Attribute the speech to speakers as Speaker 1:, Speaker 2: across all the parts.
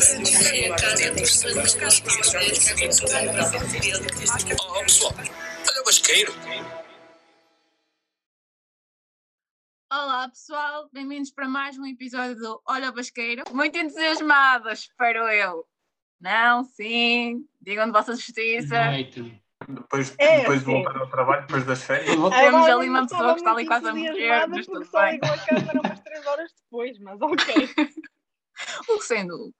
Speaker 1: a casa dos santos cascadores que abençoaram da parceria do Cristo.
Speaker 2: Ó, pessoal, olha o basqueiro.
Speaker 3: Olá pessoal, bem-vindos para mais um episódio do Olha o Basqueiro. Muito entusiasmados, espero eu. Não, sim, digam de vossa
Speaker 4: é.
Speaker 3: justiça.
Speaker 5: Noite.
Speaker 4: Depois,
Speaker 6: É,
Speaker 4: depois de
Speaker 6: sim.
Speaker 4: voltar ao trabalho, depois das férias.
Speaker 3: Temos
Speaker 6: Agora
Speaker 3: ali uma
Speaker 6: eu
Speaker 3: pessoa
Speaker 6: estava
Speaker 3: que está ali
Speaker 6: muito
Speaker 3: quase a morrer,
Speaker 6: entusiasmada
Speaker 3: mas
Speaker 6: porque
Speaker 3: tudo
Speaker 6: só
Speaker 3: bem.
Speaker 6: ligou a câmara umas 3 horas depois, mas ok.
Speaker 3: Hugo sendo Hugo.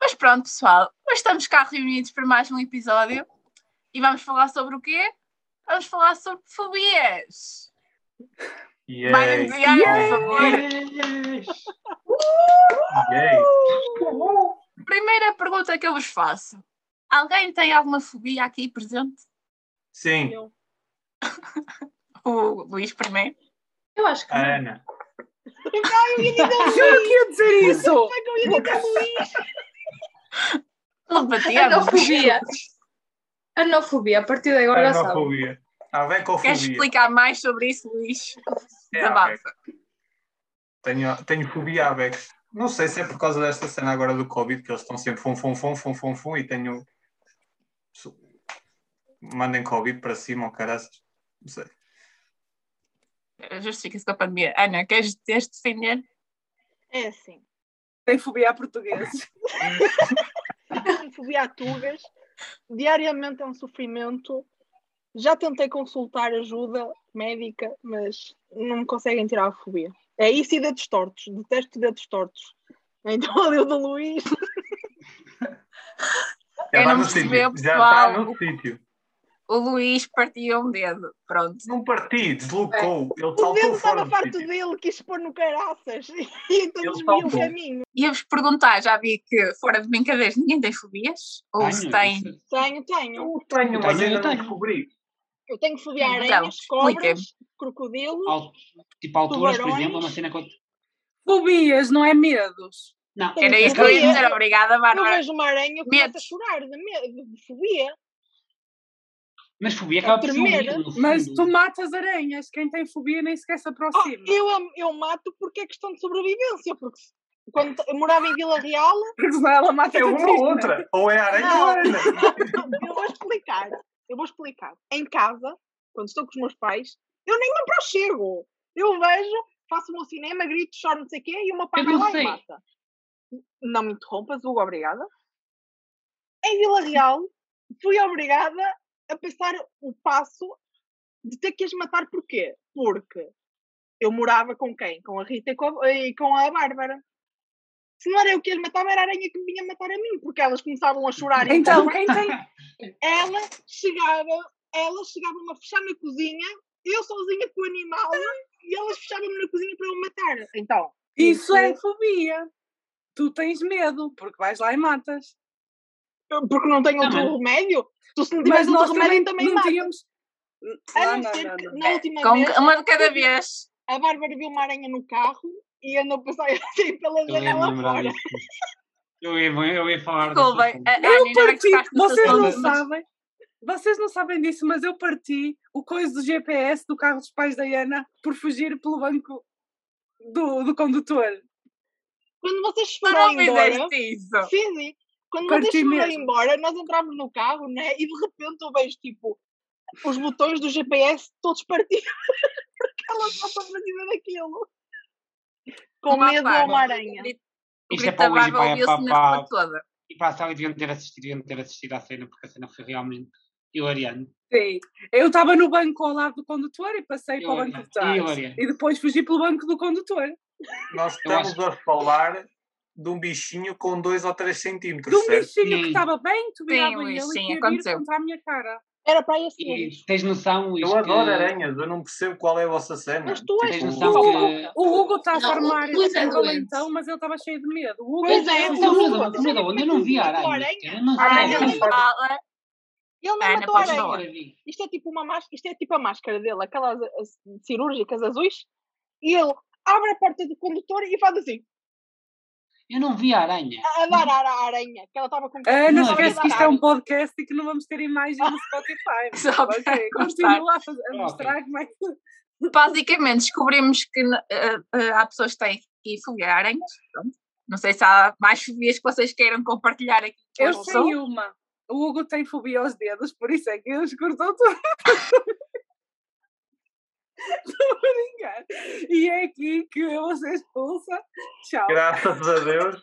Speaker 3: Mas pronto, pessoal, hoje estamos cá reunidos para mais um episódio e vamos falar sobre o quê? Vamos falar sobre fobias. Vai
Speaker 4: Yay,
Speaker 3: enviar, por favor.
Speaker 5: Yes.
Speaker 4: yay.
Speaker 3: Primeira pergunta que eu vos faço. Alguém tem alguma fobia aqui presente?
Speaker 4: Sim,
Speaker 3: O Luís primeiro.
Speaker 6: Eu acho
Speaker 4: a Ana.
Speaker 6: eu ia dizer o Luís.
Speaker 7: queria dizer isso!
Speaker 6: Como é que eu ia dizer o Luís?
Speaker 3: Debatíamos.
Speaker 7: Anofobia. Anofobia, a partir de agora já sabe.
Speaker 4: Arnofobia. Alvecofobia.
Speaker 3: Queres explicar mais sobre isso, Luís? Então
Speaker 4: É,
Speaker 3: Desabafa.
Speaker 4: alveco. tenho, tenho fobia a Avex. Não sei se é por causa desta cena agora do Covid, que eles estão sempre fum, fum, fum, fum, fum, fum, e tenho. su- Mandem Covid para cima, ou caraças. Não sei.
Speaker 3: Justifica-se com a pandemia. Ana, queres queres defender?
Speaker 6: É assim.
Speaker 7: Tem fobia a portugueses.
Speaker 6: tenho Fobia a tugas. Diariamente é um sofrimento. Já tentei consultar ajuda médica, mas não me conseguem tirar a fobia. É isso e dedos tortos. Detesto dedos tortos. Então ali o do Luís.
Speaker 3: Eu não
Speaker 4: Já está no
Speaker 3: percebi,
Speaker 4: sítio. Já
Speaker 3: pessoal.
Speaker 4: está no sítio.
Speaker 3: O Luís partiu um dedo. Pronto.
Speaker 4: Não parti, deslocou. Ele
Speaker 6: O dedo
Speaker 4: saltou
Speaker 6: estava
Speaker 4: fora do
Speaker 6: farto
Speaker 4: sítio.
Speaker 6: dele, quis pôr no caraças e então
Speaker 4: Ele
Speaker 6: desviou o
Speaker 4: saltou.
Speaker 6: caminho.
Speaker 3: Ia-vos perguntar, já vi que fora de brincadeiras ninguém tem fobias? Ou se tem?
Speaker 6: Tenho, tenho.
Speaker 4: Eu tenho, mas
Speaker 5: Eu
Speaker 4: ainda não
Speaker 5: tenho.
Speaker 4: descobri.
Speaker 6: Eu tenho fobia a
Speaker 3: Então,
Speaker 6: aranhas, cobras,
Speaker 3: explica-me.
Speaker 6: crocodilos.
Speaker 3: Oh,
Speaker 5: Al- Tipo, alturas, por
Speaker 6: Tubarões.
Speaker 5: exemplo, é uma cena que eu...
Speaker 7: Fobias, não é medos.
Speaker 5: Não,
Speaker 3: Era isso que eu ia
Speaker 6: Fobia.
Speaker 3: dizer. Obrigada,
Speaker 6: Eu
Speaker 3: Bárbara.
Speaker 6: vejo uma aranha e começo a
Speaker 3: Medos.
Speaker 6: chorar de, medo, de fobia.
Speaker 5: mas fobia acaba por ser um
Speaker 6: Tremer.
Speaker 5: medo, no fundo.
Speaker 7: Mas tu matas aranhas, quem tem fobia nem sequer se
Speaker 6: Oh,
Speaker 7: aproxima.
Speaker 6: eu, am- eu mato porque é questão de sobrevivência. Porque se- quando t- eu morava em Vila Real,
Speaker 7: Porque senão ela mata
Speaker 4: É
Speaker 7: a
Speaker 4: uma ou outra. Ou é aranha ou
Speaker 6: Não.
Speaker 4: é aranha.
Speaker 6: eu vou explicar. Eu vou explicar. Em casa, quando estou com os meus pais, eu nem me aproximo. Eu vejo, faço o meu cinema, grito, choro, não sei o quê, e o meu pai
Speaker 5: Eu
Speaker 6: vai
Speaker 5: não
Speaker 6: lá
Speaker 5: sei.
Speaker 6: e mata. Não me interrompas, Hugo, obrigada. Em Vila Real, fui obrigada a passar o passo de ter que as matar porquê? Porque eu morava com quem? Com a Rita e com a, e com a Bárbara. Se não era eu que as matava, era a aranha que me vinha matar a mim, porque elas começavam a chorar. e
Speaker 7: Então, quem tem.
Speaker 6: ela chegava, elas chegavam a fechar na cozinha, eu sozinha com o animal, e elas fechavam-me na cozinha para eu matar. Então,
Speaker 7: Isso é fobia. Tu tens medo, porque vais lá e matas.
Speaker 6: eu- porque não
Speaker 7: Tá
Speaker 6: tenho outro
Speaker 5: Também.
Speaker 6: remédio? Tu se não
Speaker 7: Mas
Speaker 6: tiveres
Speaker 7: nós
Speaker 6: outro um remédio
Speaker 7: também,
Speaker 6: também
Speaker 7: não
Speaker 6: mata.
Speaker 7: tínhamos. Ah,
Speaker 6: A
Speaker 7: Não,
Speaker 6: não
Speaker 7: não,
Speaker 6: ser
Speaker 7: não,
Speaker 6: que
Speaker 7: não.
Speaker 6: na última
Speaker 3: Com-
Speaker 6: vez
Speaker 3: uma de cada vez.
Speaker 6: a Bárbara viu uma aranha no carro e andou a passar assim pela
Speaker 5: Eu ia me
Speaker 6: janela
Speaker 5: lembrar
Speaker 6: fora.
Speaker 5: disso. Eu ia, eu ia falar
Speaker 3: Desculpem.
Speaker 5: dessa
Speaker 3: a- a
Speaker 5: cena.
Speaker 3: Ana ainda bem que
Speaker 7: parti,
Speaker 3: ficaste no
Speaker 7: vocês
Speaker 3: seu
Speaker 7: não
Speaker 5: mas-
Speaker 3: assunto.
Speaker 7: sabem, vocês não sabem disso, mas eu parti o coisa do GPS do carro dos pais da Ana por fugir pelo banco do, do condutor.
Speaker 6: Quando vocês
Speaker 3: Tu
Speaker 6: foram
Speaker 3: não
Speaker 7: né?
Speaker 6: embora,
Speaker 3: fizeste isso.
Speaker 6: sim, sim. Quando
Speaker 7: Parti
Speaker 6: vocês foram
Speaker 7: mesmo.
Speaker 6: embora, nós entramos no carro, né? E de repente eu vejo, tipo, os botões do GPS todos partidos. Porque elas passam para cima daquilo. Com
Speaker 3: Uma
Speaker 6: medo
Speaker 3: parte.
Speaker 6: a uma aranha.
Speaker 3: O
Speaker 5: Isto é
Speaker 3: grito
Speaker 5: para
Speaker 3: da
Speaker 5: hoje
Speaker 3: Bárbara
Speaker 5: e para,
Speaker 3: ouviu-se
Speaker 5: para,
Speaker 3: na
Speaker 5: para,
Speaker 3: rua toda.
Speaker 5: e para a sala e deviam ter assistido, deviam ter assistido à cena, porque a cena foi realmente hilariante.
Speaker 7: Sim. Eu estava no banco ao lado do condutor e passei para o banco de
Speaker 5: Hilariante.
Speaker 7: trás.
Speaker 5: hilariante.
Speaker 7: E depois fugi pelo banco do condutor.
Speaker 4: Nós
Speaker 5: Eu acho-
Speaker 4: estamos a falar de um bichinho com 2 ou 3 centímetros,
Speaker 7: De um
Speaker 4: certo?
Speaker 7: bichinho
Speaker 5: Sim.
Speaker 7: que estava bem tubiado
Speaker 3: Luís,
Speaker 7: e ele
Speaker 3: sim,
Speaker 7: queria
Speaker 3: aconteceu.
Speaker 7: vir contra a minha cara.
Speaker 6: Era para aí assim.
Speaker 5: E tens noção, Luís,
Speaker 4: Eu adoro é.
Speaker 5: que-
Speaker 4: aranhas, eu não percebo qual é a vossa cena.
Speaker 6: Mas tu és
Speaker 5: Tens
Speaker 4: Tipo,
Speaker 5: noção
Speaker 7: Não,
Speaker 5: que...
Speaker 7: O Hugo está a
Speaker 1: Não, o
Speaker 7: formar
Speaker 1: Luís é
Speaker 7: esse
Speaker 1: doente.
Speaker 7: então, mas ele estava cheio de medo. O Hugo
Speaker 6: Pois é,
Speaker 5: Mas
Speaker 6: o
Speaker 5: eu
Speaker 6: Hugo-
Speaker 5: não- mas eu- eu não vi a aranha. Eu não sei. é
Speaker 3: A
Speaker 4: Aranha
Speaker 3: Ana não
Speaker 5: Eu não
Speaker 4: não faz-
Speaker 3: fala.
Speaker 6: Ele não
Speaker 3: Ana,
Speaker 6: matou a
Speaker 3: podes
Speaker 6: aranha.
Speaker 3: falar.
Speaker 5: vi.
Speaker 6: Isto é tipo uma máscara, isto é tipo a máscara dele, aquelas as- cirúrgicas azuis. E ele abre a porta do condutor e faz assim,
Speaker 5: Eu não vi a aranha.
Speaker 6: a dar ar à aranha, que ela estava com
Speaker 7: A Ana
Speaker 5: Não,
Speaker 7: esquece
Speaker 5: não.
Speaker 7: que isto é um podcast e que não vamos ter imagem no Spotify.
Speaker 3: Só para
Speaker 7: Ok,
Speaker 3: começar.
Speaker 7: continua a, fazer, a
Speaker 5: Ok.
Speaker 7: mostrar como é que.
Speaker 3: Basicamente descobrimos que eh, eh, há pessoas que têm aqui fobia a aranhas. Pronto. Não sei se há mais fobias que vocês queiram compartilhar aqui. com a
Speaker 7: Eu
Speaker 3: Sou.
Speaker 7: sei uma. O Hugo tem fobia aos dedos, por isso é que ele escortou tudo. Estou a brincar. E é aqui que eu vou ser expulsa. Tchau.
Speaker 4: Graças a Deus.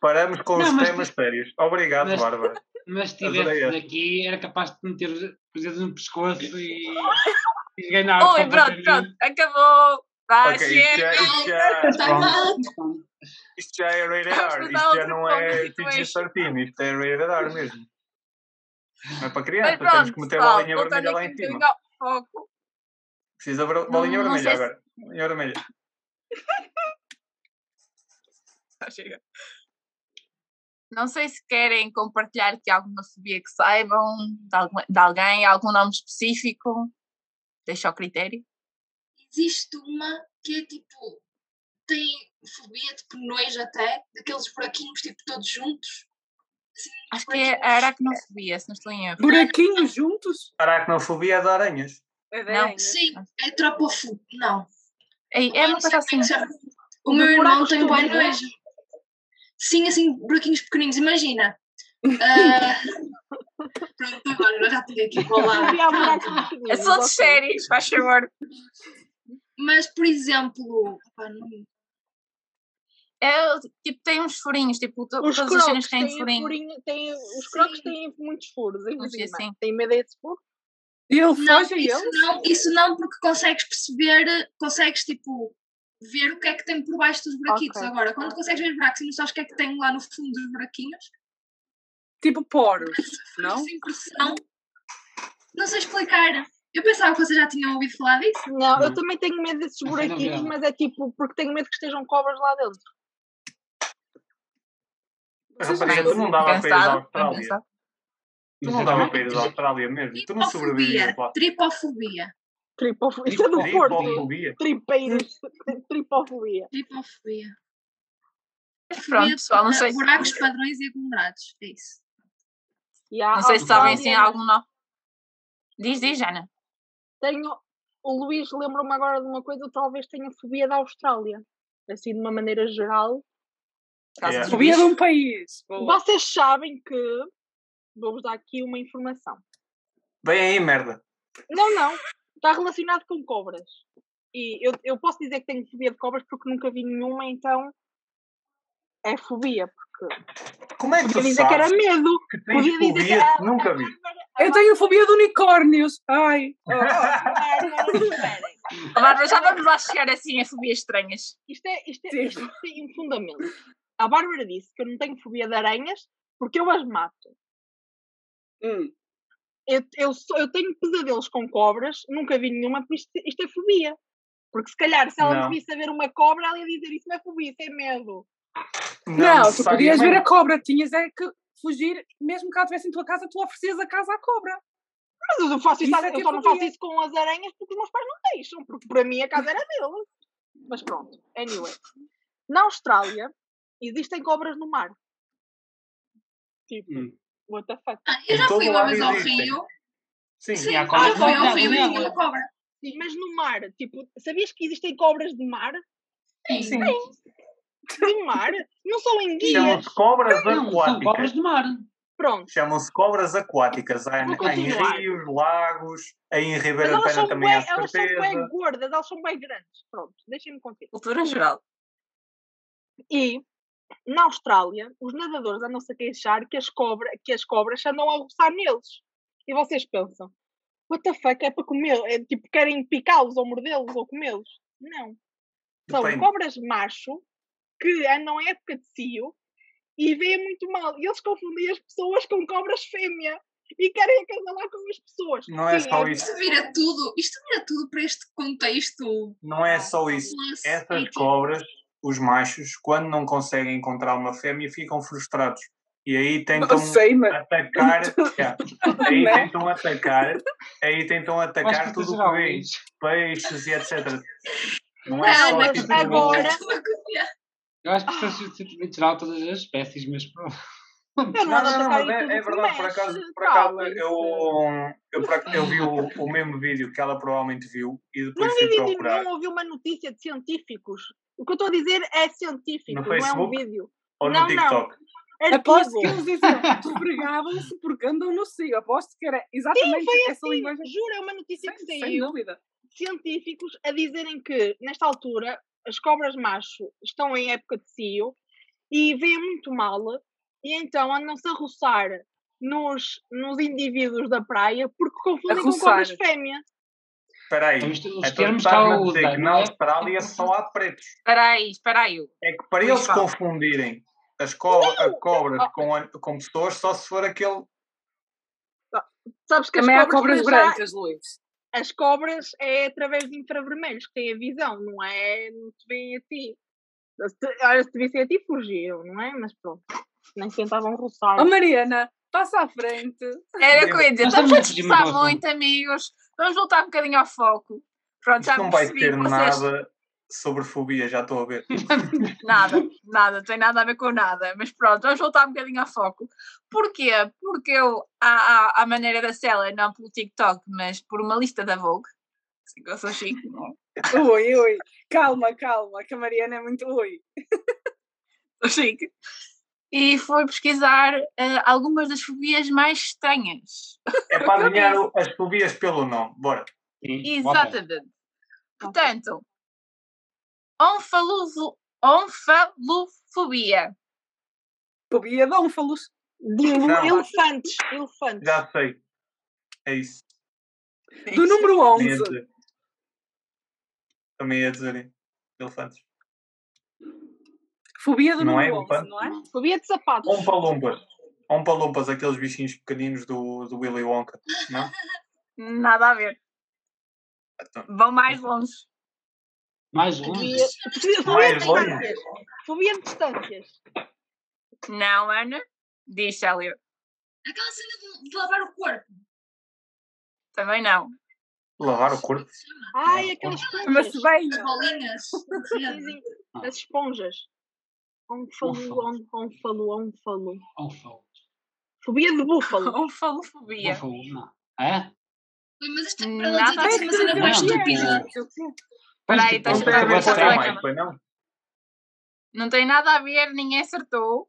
Speaker 4: Paramos com
Speaker 5: Não,
Speaker 4: os
Speaker 5: mas-
Speaker 4: temas sérios. Obrigado,
Speaker 5: mas-
Speaker 4: Bárbara.
Speaker 5: Mas se
Speaker 4: Adorei
Speaker 5: estivesse
Speaker 4: essa.
Speaker 5: daqui, era capaz de meter os dedos no pescoço e, e ganhar.
Speaker 3: Oi, pronto, pronto, acabou. Vai,
Speaker 4: Ah, Ok, isto já, é.
Speaker 3: chega.
Speaker 4: isto
Speaker 5: Então,
Speaker 4: já, pronto,
Speaker 5: pronto.
Speaker 4: isto já é rated
Speaker 3: Tá Vamos
Speaker 4: R.
Speaker 3: mudar
Speaker 4: Isto já
Speaker 3: outra
Speaker 4: não é
Speaker 3: conta, situation.
Speaker 4: PG-13. Isto é rated R mesmo. Não é para
Speaker 3: Mas
Speaker 4: criança. Temos
Speaker 3: pronto,
Speaker 4: que meter a
Speaker 3: pessoal,
Speaker 4: bolinha
Speaker 3: voltando
Speaker 4: vermelha lá
Speaker 3: aqui um
Speaker 4: em cima.
Speaker 3: bocadinho ao foco.
Speaker 4: Precisa ver bolinha
Speaker 3: Não- não
Speaker 4: vermelha
Speaker 3: sei se-
Speaker 4: agora. Bolinha vermelha.
Speaker 3: Tá, chega. Não sei se querem compartilhar aqui alguma fobia que saibam, de, alguma- de alguém, algum nome específico. Deixa ao critério.
Speaker 1: Existe uma que é tipo. Tem fobia de pneus até, daqueles buraquinhos tipo todos juntos.
Speaker 3: Acho que é a aracnofobia, se não estou em erro.
Speaker 7: Buraquinhos juntos?
Speaker 4: Aracnofobia de aranhas.
Speaker 7: É de
Speaker 3: Não.
Speaker 7: aranha.
Speaker 1: Sim, é tropofobia. Não.
Speaker 3: Ei, É, uma coisa assim.
Speaker 1: O meu
Speaker 6: De
Speaker 1: irmão
Speaker 6: buracos
Speaker 1: tem bem
Speaker 6: todos, não é?
Speaker 1: nojo. Sim, assim, buraquinhos pequeninos, imagina. Ah, pronto, agora já tive aqui para o
Speaker 6: Eu
Speaker 1: lado.
Speaker 6: vi há buracos
Speaker 3: Eu
Speaker 6: pequeninos,
Speaker 3: sou É de
Speaker 6: ok.
Speaker 3: séries, faz favor.
Speaker 1: Mas, por exemplo, opá, não-
Speaker 3: É, tipo, tem uns furinhos, tipo, to-
Speaker 6: Os
Speaker 3: todas as cenas
Speaker 6: crocs
Speaker 3: têm
Speaker 6: têm,
Speaker 3: furinho.
Speaker 6: furinho, têm, os
Speaker 1: Sim.
Speaker 6: crocs têm muitos furos em
Speaker 3: Mas é
Speaker 6: cima.
Speaker 3: assim.
Speaker 6: Tem medo a esse furo?
Speaker 7: E ele
Speaker 1: não,
Speaker 7: foge a
Speaker 1: isso
Speaker 7: ele?
Speaker 1: não, isso não, porque consegues perceber, consegues tipo ver o que é que tem por baixo dos buraquitos.
Speaker 6: Ok.
Speaker 1: Agora, quando consegues ver os buracos e não sabes o que é que tem lá no fundo dos buraquinhos,
Speaker 7: Tipo poros, não?
Speaker 1: essa impressão. Não sei explicar. Eu pensava que vocês já tinham ouvido falar disso.
Speaker 6: Não, eu
Speaker 5: Não.
Speaker 6: também tenho medo desses
Speaker 5: Mas eu não
Speaker 6: buraquinhos,
Speaker 5: vi.
Speaker 6: mas é tipo, porque tenho medo que estejam cobras lá dentro.
Speaker 7: Vocês
Speaker 4: Rapariga, tu não dava para ir à
Speaker 3: Pensado,
Speaker 4: Austrália.
Speaker 3: pensado.
Speaker 4: Tu não dava para ir à Austrália mesmo. Tu Então não sobrevivias
Speaker 1: Tripofobia.
Speaker 4: lá.
Speaker 1: Tripofobia.
Speaker 6: Tripofobia. Isso é do Porto.
Speaker 4: Tripofobia.
Speaker 6: Tripeiros. Tripofobia.
Speaker 1: Tripofobia.
Speaker 3: Pronto,
Speaker 1: Fobia
Speaker 3: pessoal, não
Speaker 1: para
Speaker 3: sei,
Speaker 1: Buracos, padrões e aglomerados. É isso.
Speaker 6: E há
Speaker 3: não sei se sabem assim
Speaker 6: Austrália.
Speaker 3: algum nome. Diz, diz, Ana.
Speaker 6: Tenho. O Luís lembrou-me agora de uma coisa, eu talvez tenha fobia da Austrália. Assim, de uma maneira geral.
Speaker 3: Casa
Speaker 4: Yeah.
Speaker 3: dos
Speaker 7: Fobia de
Speaker 3: bichos.
Speaker 7: um país. Boa.
Speaker 6: Vocês sabem que. Vou-vos dar aqui uma informação.
Speaker 4: Vem aí, merda.
Speaker 6: Não, não. Está relacionado com cobras. E eu, eu posso dizer que tenho fobia de cobras porque nunca vi nenhuma, então. É fobia.
Speaker 4: Como é que
Speaker 6: Podia
Speaker 4: tu
Speaker 6: dizer que era
Speaker 4: sabes
Speaker 6: medo.
Speaker 4: que
Speaker 6: podia
Speaker 4: tens
Speaker 6: dizer que
Speaker 4: fobia
Speaker 6: era-
Speaker 4: que nunca vi?
Speaker 7: Eu tenho fobia de unicórnios. Ai. oh,
Speaker 6: Espera, esperem.
Speaker 3: Bárbara, já vamos lá chegar assim a fobias estranhas.
Speaker 6: Isto, é, isto, é,
Speaker 7: Sim.
Speaker 6: isto tem um fundamento. A Bárbara disse que eu não tenho fobia de aranhas porque eu as mato.
Speaker 7: Hum.
Speaker 6: Eu, eu, sou- eu tenho pesadelos com cobras, nunca vi nenhuma, por isto, isto é fobia. Porque se calhar, se ela
Speaker 4: Não.
Speaker 6: me visse a ver uma cobra, ela ia dizer isso não é fobia, isso é medo.
Speaker 7: Não, tu podias ver a
Speaker 4: necessariamente.
Speaker 7: cobra, tinhas é que fugir, mesmo que ela estivesse em tua casa, tu oferecias a casa à cobra.
Speaker 6: Mas eu, não faço isso,
Speaker 7: Isso
Speaker 6: às-
Speaker 7: é que
Speaker 6: eu
Speaker 7: é
Speaker 6: só não faço
Speaker 7: fobia.
Speaker 6: isso com as aranhas porque os meus pais não deixam, porque para mim a casa era deles. Mas pronto, anyway. Na Austrália, existem cobras no mar. Tipo,
Speaker 5: Hum.
Speaker 6: what the fuck.
Speaker 1: Ah, eu
Speaker 4: Em
Speaker 1: já
Speaker 4: todo
Speaker 1: fui uma
Speaker 4: lado
Speaker 1: vez ao
Speaker 4: existem.
Speaker 1: Rio.
Speaker 4: Sim,
Speaker 1: Sim,
Speaker 5: e há
Speaker 1: já
Speaker 5: cobras
Speaker 1: fui
Speaker 5: no
Speaker 1: ao Rio e
Speaker 5: lago.
Speaker 1: tinha uma cobra.
Speaker 6: Sim, mas no mar, tipo, sabias que existem cobras de mar?
Speaker 1: Sim.
Speaker 6: De mar? Não são enguias.
Speaker 4: chamam-se cobras
Speaker 5: então, Não, são cobras
Speaker 4: aquáticas.
Speaker 5: do mar.
Speaker 6: Pronto,
Speaker 4: Chamam-se cobras aquáticas. Há,
Speaker 6: Vou
Speaker 4: há em
Speaker 6: continuar.
Speaker 4: rios, lagos, há em
Speaker 6: mas
Speaker 4: Ribeira da
Speaker 6: elas
Speaker 4: Pena
Speaker 6: são,
Speaker 4: também
Speaker 6: bem,
Speaker 4: há
Speaker 6: elas são bem
Speaker 4: certeza.
Speaker 6: gordas, elas são bem grandes. Pronto, deixem-me contar.
Speaker 3: Cultura geral.
Speaker 6: E na Austrália, os nadadores andam-se a queixar que as, cobra, que as cobras andam a roçar neles. E vocês pensam, what the fuck, é para comer? É, tipo, querem picá-los ou mordê-los ou comê-los? Não. São
Speaker 4: Depende.
Speaker 6: cobras macho que andam em época de cio e veem muito mal. E eles confundem as pessoas com cobras fêmea e querem acasalar com as pessoas.
Speaker 4: Não é
Speaker 6: Sim,
Speaker 4: só
Speaker 6: é-
Speaker 4: isso.
Speaker 1: Isto vira tudo, isto vira tudo para este contexto.
Speaker 4: Não é só isso.
Speaker 1: Nossa,
Speaker 4: Essas
Speaker 1: e-
Speaker 4: cobras, os machos, quando não conseguem encontrar uma fêmea, ficam frustrados. E aí tentam
Speaker 6: Então,
Speaker 7: Não sei, mas
Speaker 4: atacar. Yeah. Aí
Speaker 7: Né?
Speaker 4: tentam atacar. Aí tentam atacar
Speaker 5: Mas
Speaker 4: tudo o
Speaker 5: geral,
Speaker 4: que vêem.
Speaker 5: isso.
Speaker 4: peixes e etc. Não é
Speaker 1: Não,
Speaker 4: só
Speaker 1: mas
Speaker 4: tipo de
Speaker 6: agora-
Speaker 4: bicho.
Speaker 5: Eu acho que isso é sentimento geral de todas as espécies, mas pronto.
Speaker 6: Eu não
Speaker 4: Não,
Speaker 6: ando
Speaker 4: não,
Speaker 6: a
Speaker 4: não,
Speaker 6: atacar
Speaker 4: mas
Speaker 6: em tudo
Speaker 4: é, é
Speaker 6: que
Speaker 4: verdade, por
Speaker 6: mexe,
Speaker 4: acaso, por
Speaker 6: tal, é.
Speaker 4: acaso
Speaker 6: isso.
Speaker 4: eu, eu, por ac- eu vi o, o mesmo vídeo que ela provavelmente viu e depois
Speaker 6: Não vi
Speaker 4: fui
Speaker 6: vídeo
Speaker 4: procurar.
Speaker 6: nenhum, ouvi uma notícia de científicos O que eu estou a dizer é científico,
Speaker 4: No
Speaker 6: não é um
Speaker 4: Facebook?
Speaker 6: vídeo.
Speaker 4: Ou
Speaker 6: Não,
Speaker 4: no TikTok.
Speaker 6: Artigo.
Speaker 7: Aposto que eles diziam, despregavam-se porque andam no cio. Aposto que era exatamente essa
Speaker 6: Sim,
Speaker 7: linguagem.
Speaker 6: juro, é uma notícia
Speaker 7: Sem,
Speaker 6: que
Speaker 7: sem
Speaker 6: saiu.
Speaker 7: dúvida.
Speaker 6: científicos a dizerem que, nesta altura, as cobras macho estão em época de cio e veem muito mal e então andam-se a roçar nos, nos indivíduos da praia porque confundem com
Speaker 7: roçar.
Speaker 6: cobras fêmea.
Speaker 4: Espera aí.
Speaker 5: Então, isto, os
Speaker 4: Então tu
Speaker 5: termos estão
Speaker 4: estás-me
Speaker 5: a
Speaker 4: a dizer
Speaker 5: usar.
Speaker 4: que
Speaker 5: não
Speaker 4: na
Speaker 5: é?
Speaker 4: Austrália só há pretos.
Speaker 3: Espera aí, espera aí. Hugo.
Speaker 4: É que para
Speaker 3: Pois
Speaker 4: eles
Speaker 3: fala.
Speaker 4: confundirem as co a cobras com, an- com pessoas, só se for aquele.
Speaker 6: Sabes que
Speaker 7: Também
Speaker 6: as
Speaker 7: há
Speaker 6: cobras,
Speaker 7: cobras
Speaker 6: para já,
Speaker 7: brancas, Luís.
Speaker 6: as cobras é através de infravermelhos que têm a visão, não é? Não te vêem a ti. Se te- Olha, se te vissem a ti, fugiam, não é? Mas pronto, nem tentavam roçar.
Speaker 7: Oh, Mariana, passa à frente.
Speaker 3: Era o que eu ia dizer.
Speaker 5: Nós
Speaker 3: Estamos a
Speaker 5: estamos a fugir
Speaker 3: dispersar
Speaker 5: muito ao assunto.
Speaker 3: muito, amigos. Vamos voltar um bocadinho ao foco. Pronto, já
Speaker 4: Isto não vai
Speaker 3: percebi
Speaker 4: ter
Speaker 3: que tá, vocês...
Speaker 4: nada sobre fobia, já estou a ver.
Speaker 3: Nada, nada, não tem nada a ver com nada. Mas pronto, vamos voltar um bocadinho ao foco. Porquê? Porque eu, à, à, à maneira da Cela, não pelo TikTok, mas por uma lista da Vogue. Assim que eu sou chique, não é?
Speaker 7: Oi, oi. Calma, calma, que a Mariana é muito oi.
Speaker 3: Sou chique. E fui pesquisar eh, algumas das fobias mais estranhas.
Speaker 4: É para adivinhar o- as fobias pelo nome. Bora.
Speaker 5: Sim, bota.
Speaker 3: Exatamente. Portanto, onfaluvo, onfalofobia.
Speaker 7: Pobia, dá um faluço.
Speaker 6: De um
Speaker 4: Não.
Speaker 6: elefantes, elefantes.
Speaker 4: Já sei. É isso.
Speaker 7: Do número
Speaker 4: Também ia
Speaker 7: 11.
Speaker 4: dizer. Também ia dizer elefantes.
Speaker 7: Fobia do
Speaker 4: Não é
Speaker 7: número 11,
Speaker 4: elefante?
Speaker 7: não é?
Speaker 6: Fobia de sapatos.
Speaker 4: Ompalumpas. Ompalumpas, aqueles bichinhos pequeninos do, do Willy Wonka. Não?
Speaker 3: Nada a ver.
Speaker 4: Então.
Speaker 3: Vão mais longe.
Speaker 5: Mais um, longe.
Speaker 6: Fobia, fobia,
Speaker 3: é
Speaker 6: fobia de
Speaker 4: Mais longe.
Speaker 6: distâncias. Fobia de distâncias.
Speaker 3: Não, Ana. Diz, Célio.
Speaker 1: Aquela cena de, de lavar o corpo.
Speaker 3: Também não.
Speaker 4: Lavar o corpo.
Speaker 6: Ai, aquelas
Speaker 7: Mas
Speaker 6: esponjas.
Speaker 7: bem,
Speaker 1: As bolinhas. de rede.
Speaker 6: Dizem, As esponjas. Onde falou,
Speaker 5: Búfalo.
Speaker 6: onde, onde falou, onde falou.
Speaker 5: Búfalo.
Speaker 6: Fobia de búfalo.
Speaker 3: Onfalofobia.
Speaker 5: Búfalo, não. Hã?
Speaker 1: Ui, Mas isto
Speaker 3: Nada
Speaker 1: para ela dizer
Speaker 3: a
Speaker 1: deve ser uma cena
Speaker 5: ver. Não,
Speaker 1: mais estúpida.
Speaker 3: Espera aí,
Speaker 5: Mas,
Speaker 3: estás
Speaker 4: Não tem a ver
Speaker 5: tipo, agora
Speaker 4: com
Speaker 3: Tá
Speaker 4: a
Speaker 3: bem,
Speaker 4: tua
Speaker 5: está bem.
Speaker 4: mãe,
Speaker 3: calma.
Speaker 4: foi não?
Speaker 3: Não tem nada a ver, ninguém acertou.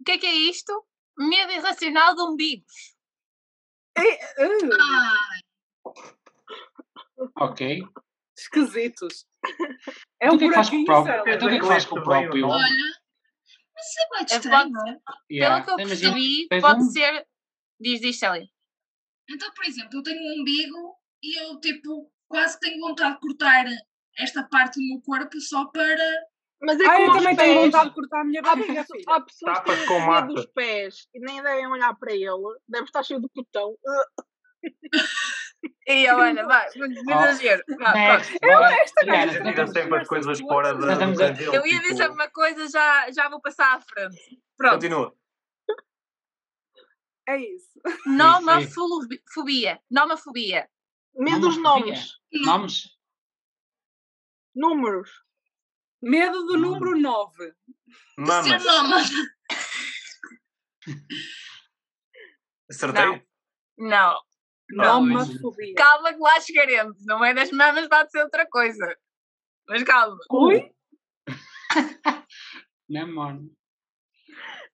Speaker 3: O que é que é isto? Medo irracional de umbigos.
Speaker 7: uh,
Speaker 1: Ah,
Speaker 3: É um
Speaker 5: Ok.
Speaker 7: esquisitos. É um
Speaker 5: Então o que é que faz com
Speaker 7: buraquinho,
Speaker 5: o próprio?
Speaker 7: Célia.
Speaker 5: Então o que é que faz com o próprio?
Speaker 1: olha. Mas isso é bem
Speaker 3: É
Speaker 1: estranho.
Speaker 5: Yeah. Então,
Speaker 3: Pelo que eu
Speaker 5: Imagina,
Speaker 3: percebi,
Speaker 5: tens
Speaker 3: pode
Speaker 5: um-
Speaker 3: ser. Diz, diz, Célia.
Speaker 1: Então, por exemplo, eu tenho um umbigo e eu, tipo, quase que tenho vontade de cortar esta parte do meu corpo só para.
Speaker 6: Mas é com
Speaker 7: Ai, Ah, eu
Speaker 6: os
Speaker 7: também
Speaker 6: pés. Ah,
Speaker 7: tenho vontade de cortar a minha
Speaker 6: Há,
Speaker 7: barriga,
Speaker 6: pesso-
Speaker 7: filha.
Speaker 6: há pessoas que
Speaker 4: Tapas
Speaker 6: têm
Speaker 4: com
Speaker 6: fobia
Speaker 4: massa.
Speaker 6: dos pés e nem devem olhar para ele. Deve estar cheio de cotão.
Speaker 3: E a Ana, vai, exagero.
Speaker 5: Oh.
Speaker 3: Vá, pronto.
Speaker 5: Next, bora.
Speaker 4: É, A
Speaker 5: Yeah,
Speaker 4: gente
Speaker 5: não
Speaker 4: tira
Speaker 5: temos-
Speaker 4: sempre as coisas fora da.
Speaker 5: Estamos
Speaker 4: do
Speaker 5: a-
Speaker 4: cantil,
Speaker 3: Eu ia
Speaker 4: tipo,
Speaker 3: dizer uma coisa, já, já vou passar à frente. Pronto.
Speaker 4: Continua.
Speaker 7: É isso.
Speaker 3: Nomafobia. Nomafobia.
Speaker 6: Medo dos
Speaker 5: Nomes,
Speaker 6: nomes.
Speaker 5: Nomes?
Speaker 6: Números.
Speaker 7: Medo do número 9.
Speaker 1: Ser
Speaker 4: Mamas.
Speaker 1: nómada.
Speaker 4: Acertei?
Speaker 3: é- Não.
Speaker 5: Não, mas-
Speaker 7: Nomafobia.
Speaker 3: Calma que lá chegaremos. Não é das mamas, pode ser outra coisa. Mas calma.
Speaker 7: Ui,
Speaker 5: Não, mano.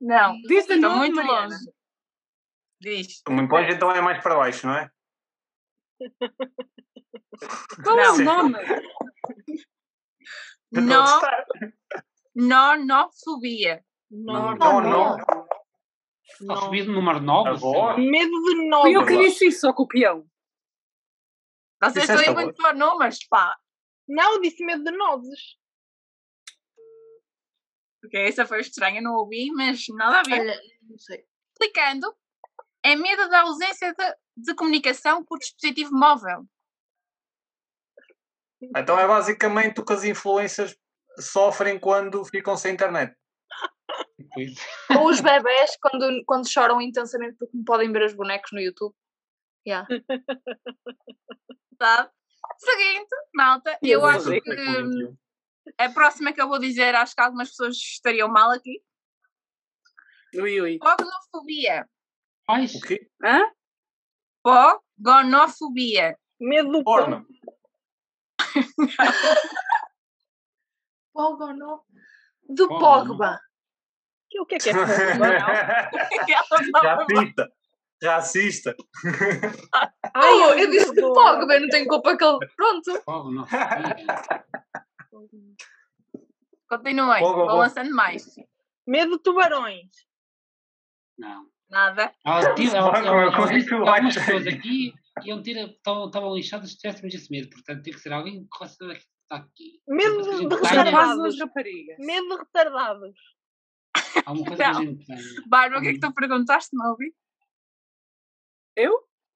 Speaker 3: Não.
Speaker 7: diz de
Speaker 3: Estou
Speaker 7: novo,
Speaker 3: Então, muito
Speaker 7: Mariana.
Speaker 3: longe. Diz.
Speaker 4: Muito bom, então é mais para baixo, não é?
Speaker 7: Qual é o
Speaker 4: Não.
Speaker 7: nome?
Speaker 4: Eu estou a
Speaker 3: No,
Speaker 4: gostar.
Speaker 3: nonofobia.
Speaker 6: Não,
Speaker 4: Então
Speaker 3: Ah,
Speaker 4: Não, não.
Speaker 5: Está Tá subido número 9?
Speaker 4: Agora?
Speaker 6: Medo de
Speaker 7: Fui eu
Speaker 6: novos.
Speaker 7: que disse isso, só que o peão. é
Speaker 3: Vocês
Speaker 4: Disseste
Speaker 3: estão aí
Speaker 4: agora.
Speaker 3: muito para números, pá.
Speaker 6: Não, eu disse medo de nozes.
Speaker 3: Porque essa foi estranha, não ouvi, mas nada a ver.
Speaker 1: Olha, não sei.
Speaker 3: Explicando, é medo da ausência de, de comunicação por dispositivo móvel.
Speaker 4: Então é basicamente o que as influências sofrem quando ficam sem internet.
Speaker 1: Ou os bebés quando, quando choram intensamente porque não podem ver os bonecos no YouTube. Yeah.
Speaker 3: Sabe? Tá? Seguinte, malta, eu
Speaker 7: Sim,
Speaker 3: acho
Speaker 7: sim.
Speaker 4: é
Speaker 3: que hum, a próxima que eu vou dizer, acho que algumas pessoas estariam mal aqui.
Speaker 7: Ui, ui.
Speaker 3: Pogonofobia.
Speaker 5: Pais?
Speaker 4: O quê?
Speaker 7: Hã?
Speaker 3: Pogonofobia.
Speaker 6: Medo do pão.
Speaker 4: Porno.
Speaker 1: Pogonó do
Speaker 5: Pogonó.
Speaker 1: Pogba.
Speaker 6: Que- O que é que é Pogba?
Speaker 3: Ela estava
Speaker 4: Racista. Racista.
Speaker 1: Oh,
Speaker 6: Ai,
Speaker 1: eu disse do
Speaker 6: adoro.
Speaker 1: Pogba, não tenho culpa que ele. Pronto.
Speaker 5: Pobre, não.
Speaker 3: Continuem,
Speaker 4: Vou, vou,
Speaker 3: vão
Speaker 4: vou.
Speaker 3: lançando mais.
Speaker 6: Medo de tubarões.
Speaker 5: Não.
Speaker 3: Nada.
Speaker 5: Ela tira, ela,
Speaker 4: Marco,
Speaker 5: ela,
Speaker 4: eu
Speaker 5: ela,
Speaker 4: consigo
Speaker 5: ela, algumas
Speaker 4: achar
Speaker 5: pessoas
Speaker 4: é isso.
Speaker 5: aqui iam ter, estavam, estavam lixadas se tivéssemos esse medo. Portanto, tem que ser alguém que gosta daqui. Está aqui.
Speaker 6: Medo
Speaker 5: Alguma coisa que a
Speaker 6: de
Speaker 5: gente
Speaker 7: Os
Speaker 5: tenha,
Speaker 7: rapazes
Speaker 6: retardados.
Speaker 7: nas raparigas.
Speaker 6: Medo de retardados.
Speaker 5: Alguma coisa que a
Speaker 3: Não.
Speaker 5: gente tenha.
Speaker 3: Bárbara, o que é que tu perguntaste, não ouvi?
Speaker 7: Eu?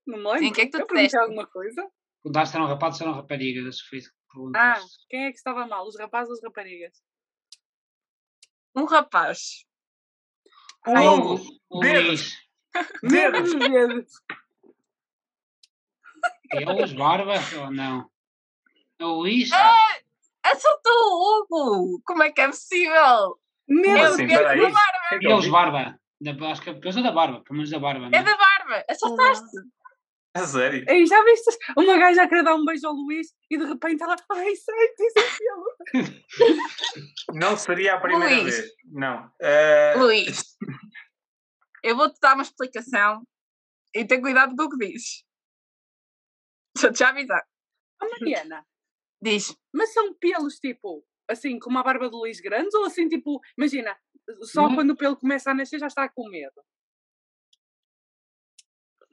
Speaker 7: Não me lembro.
Speaker 3: Sim, o que é que tu
Speaker 7: eu perguntei
Speaker 3: disseste?
Speaker 7: alguma coisa?
Speaker 5: Perguntaste se eram rapazes ou eram raparigas. Acho que foi isso que
Speaker 7: Ah,
Speaker 5: perguntaste.
Speaker 7: quem é que estava mal? Os rapazes ou as raparigas?
Speaker 3: Um rapaz.
Speaker 7: Um
Speaker 3: Ai,
Speaker 7: ovo.
Speaker 5: Ah, é O, o
Speaker 4: Dedos.
Speaker 5: Luís.
Speaker 7: Medo de dedos.
Speaker 5: Eles, É Barba ou não? É o Luís?
Speaker 3: Ah. Assaltou o É Hugo! Como é que é possível?
Speaker 4: Como
Speaker 7: Medo
Speaker 3: Eu
Speaker 4: assim?
Speaker 3: quero
Speaker 4: Espera aí.
Speaker 3: provar.
Speaker 4: O que é que eu
Speaker 5: Eles,
Speaker 4: vi?
Speaker 5: Barba. Da, acho que eu sou da Barba, pelo menos da Barba.
Speaker 3: É
Speaker 5: Não?
Speaker 3: da barba! Assaltaste!
Speaker 4: A sério?
Speaker 7: Ei, já viste? Uma gaja a querer dar um beijo ao Luís e de repente ela. Ai, sai, diz aquilo.
Speaker 4: Não seria a primeira
Speaker 3: Luís.
Speaker 4: vez. Não. Eh,
Speaker 3: Luís, eu vou-te dar uma explicação e tem cuidado com o que dizes. Estou-te já a avisar.
Speaker 7: A Oh, Mariana,
Speaker 3: Diz,
Speaker 7: mas são pelos tipo. Assim, como a barba do Luís grandes, ou assim, tipo, imagina, só
Speaker 3: Uhum.
Speaker 5: Não.
Speaker 7: quando o pelo começa a nascer já está com medo.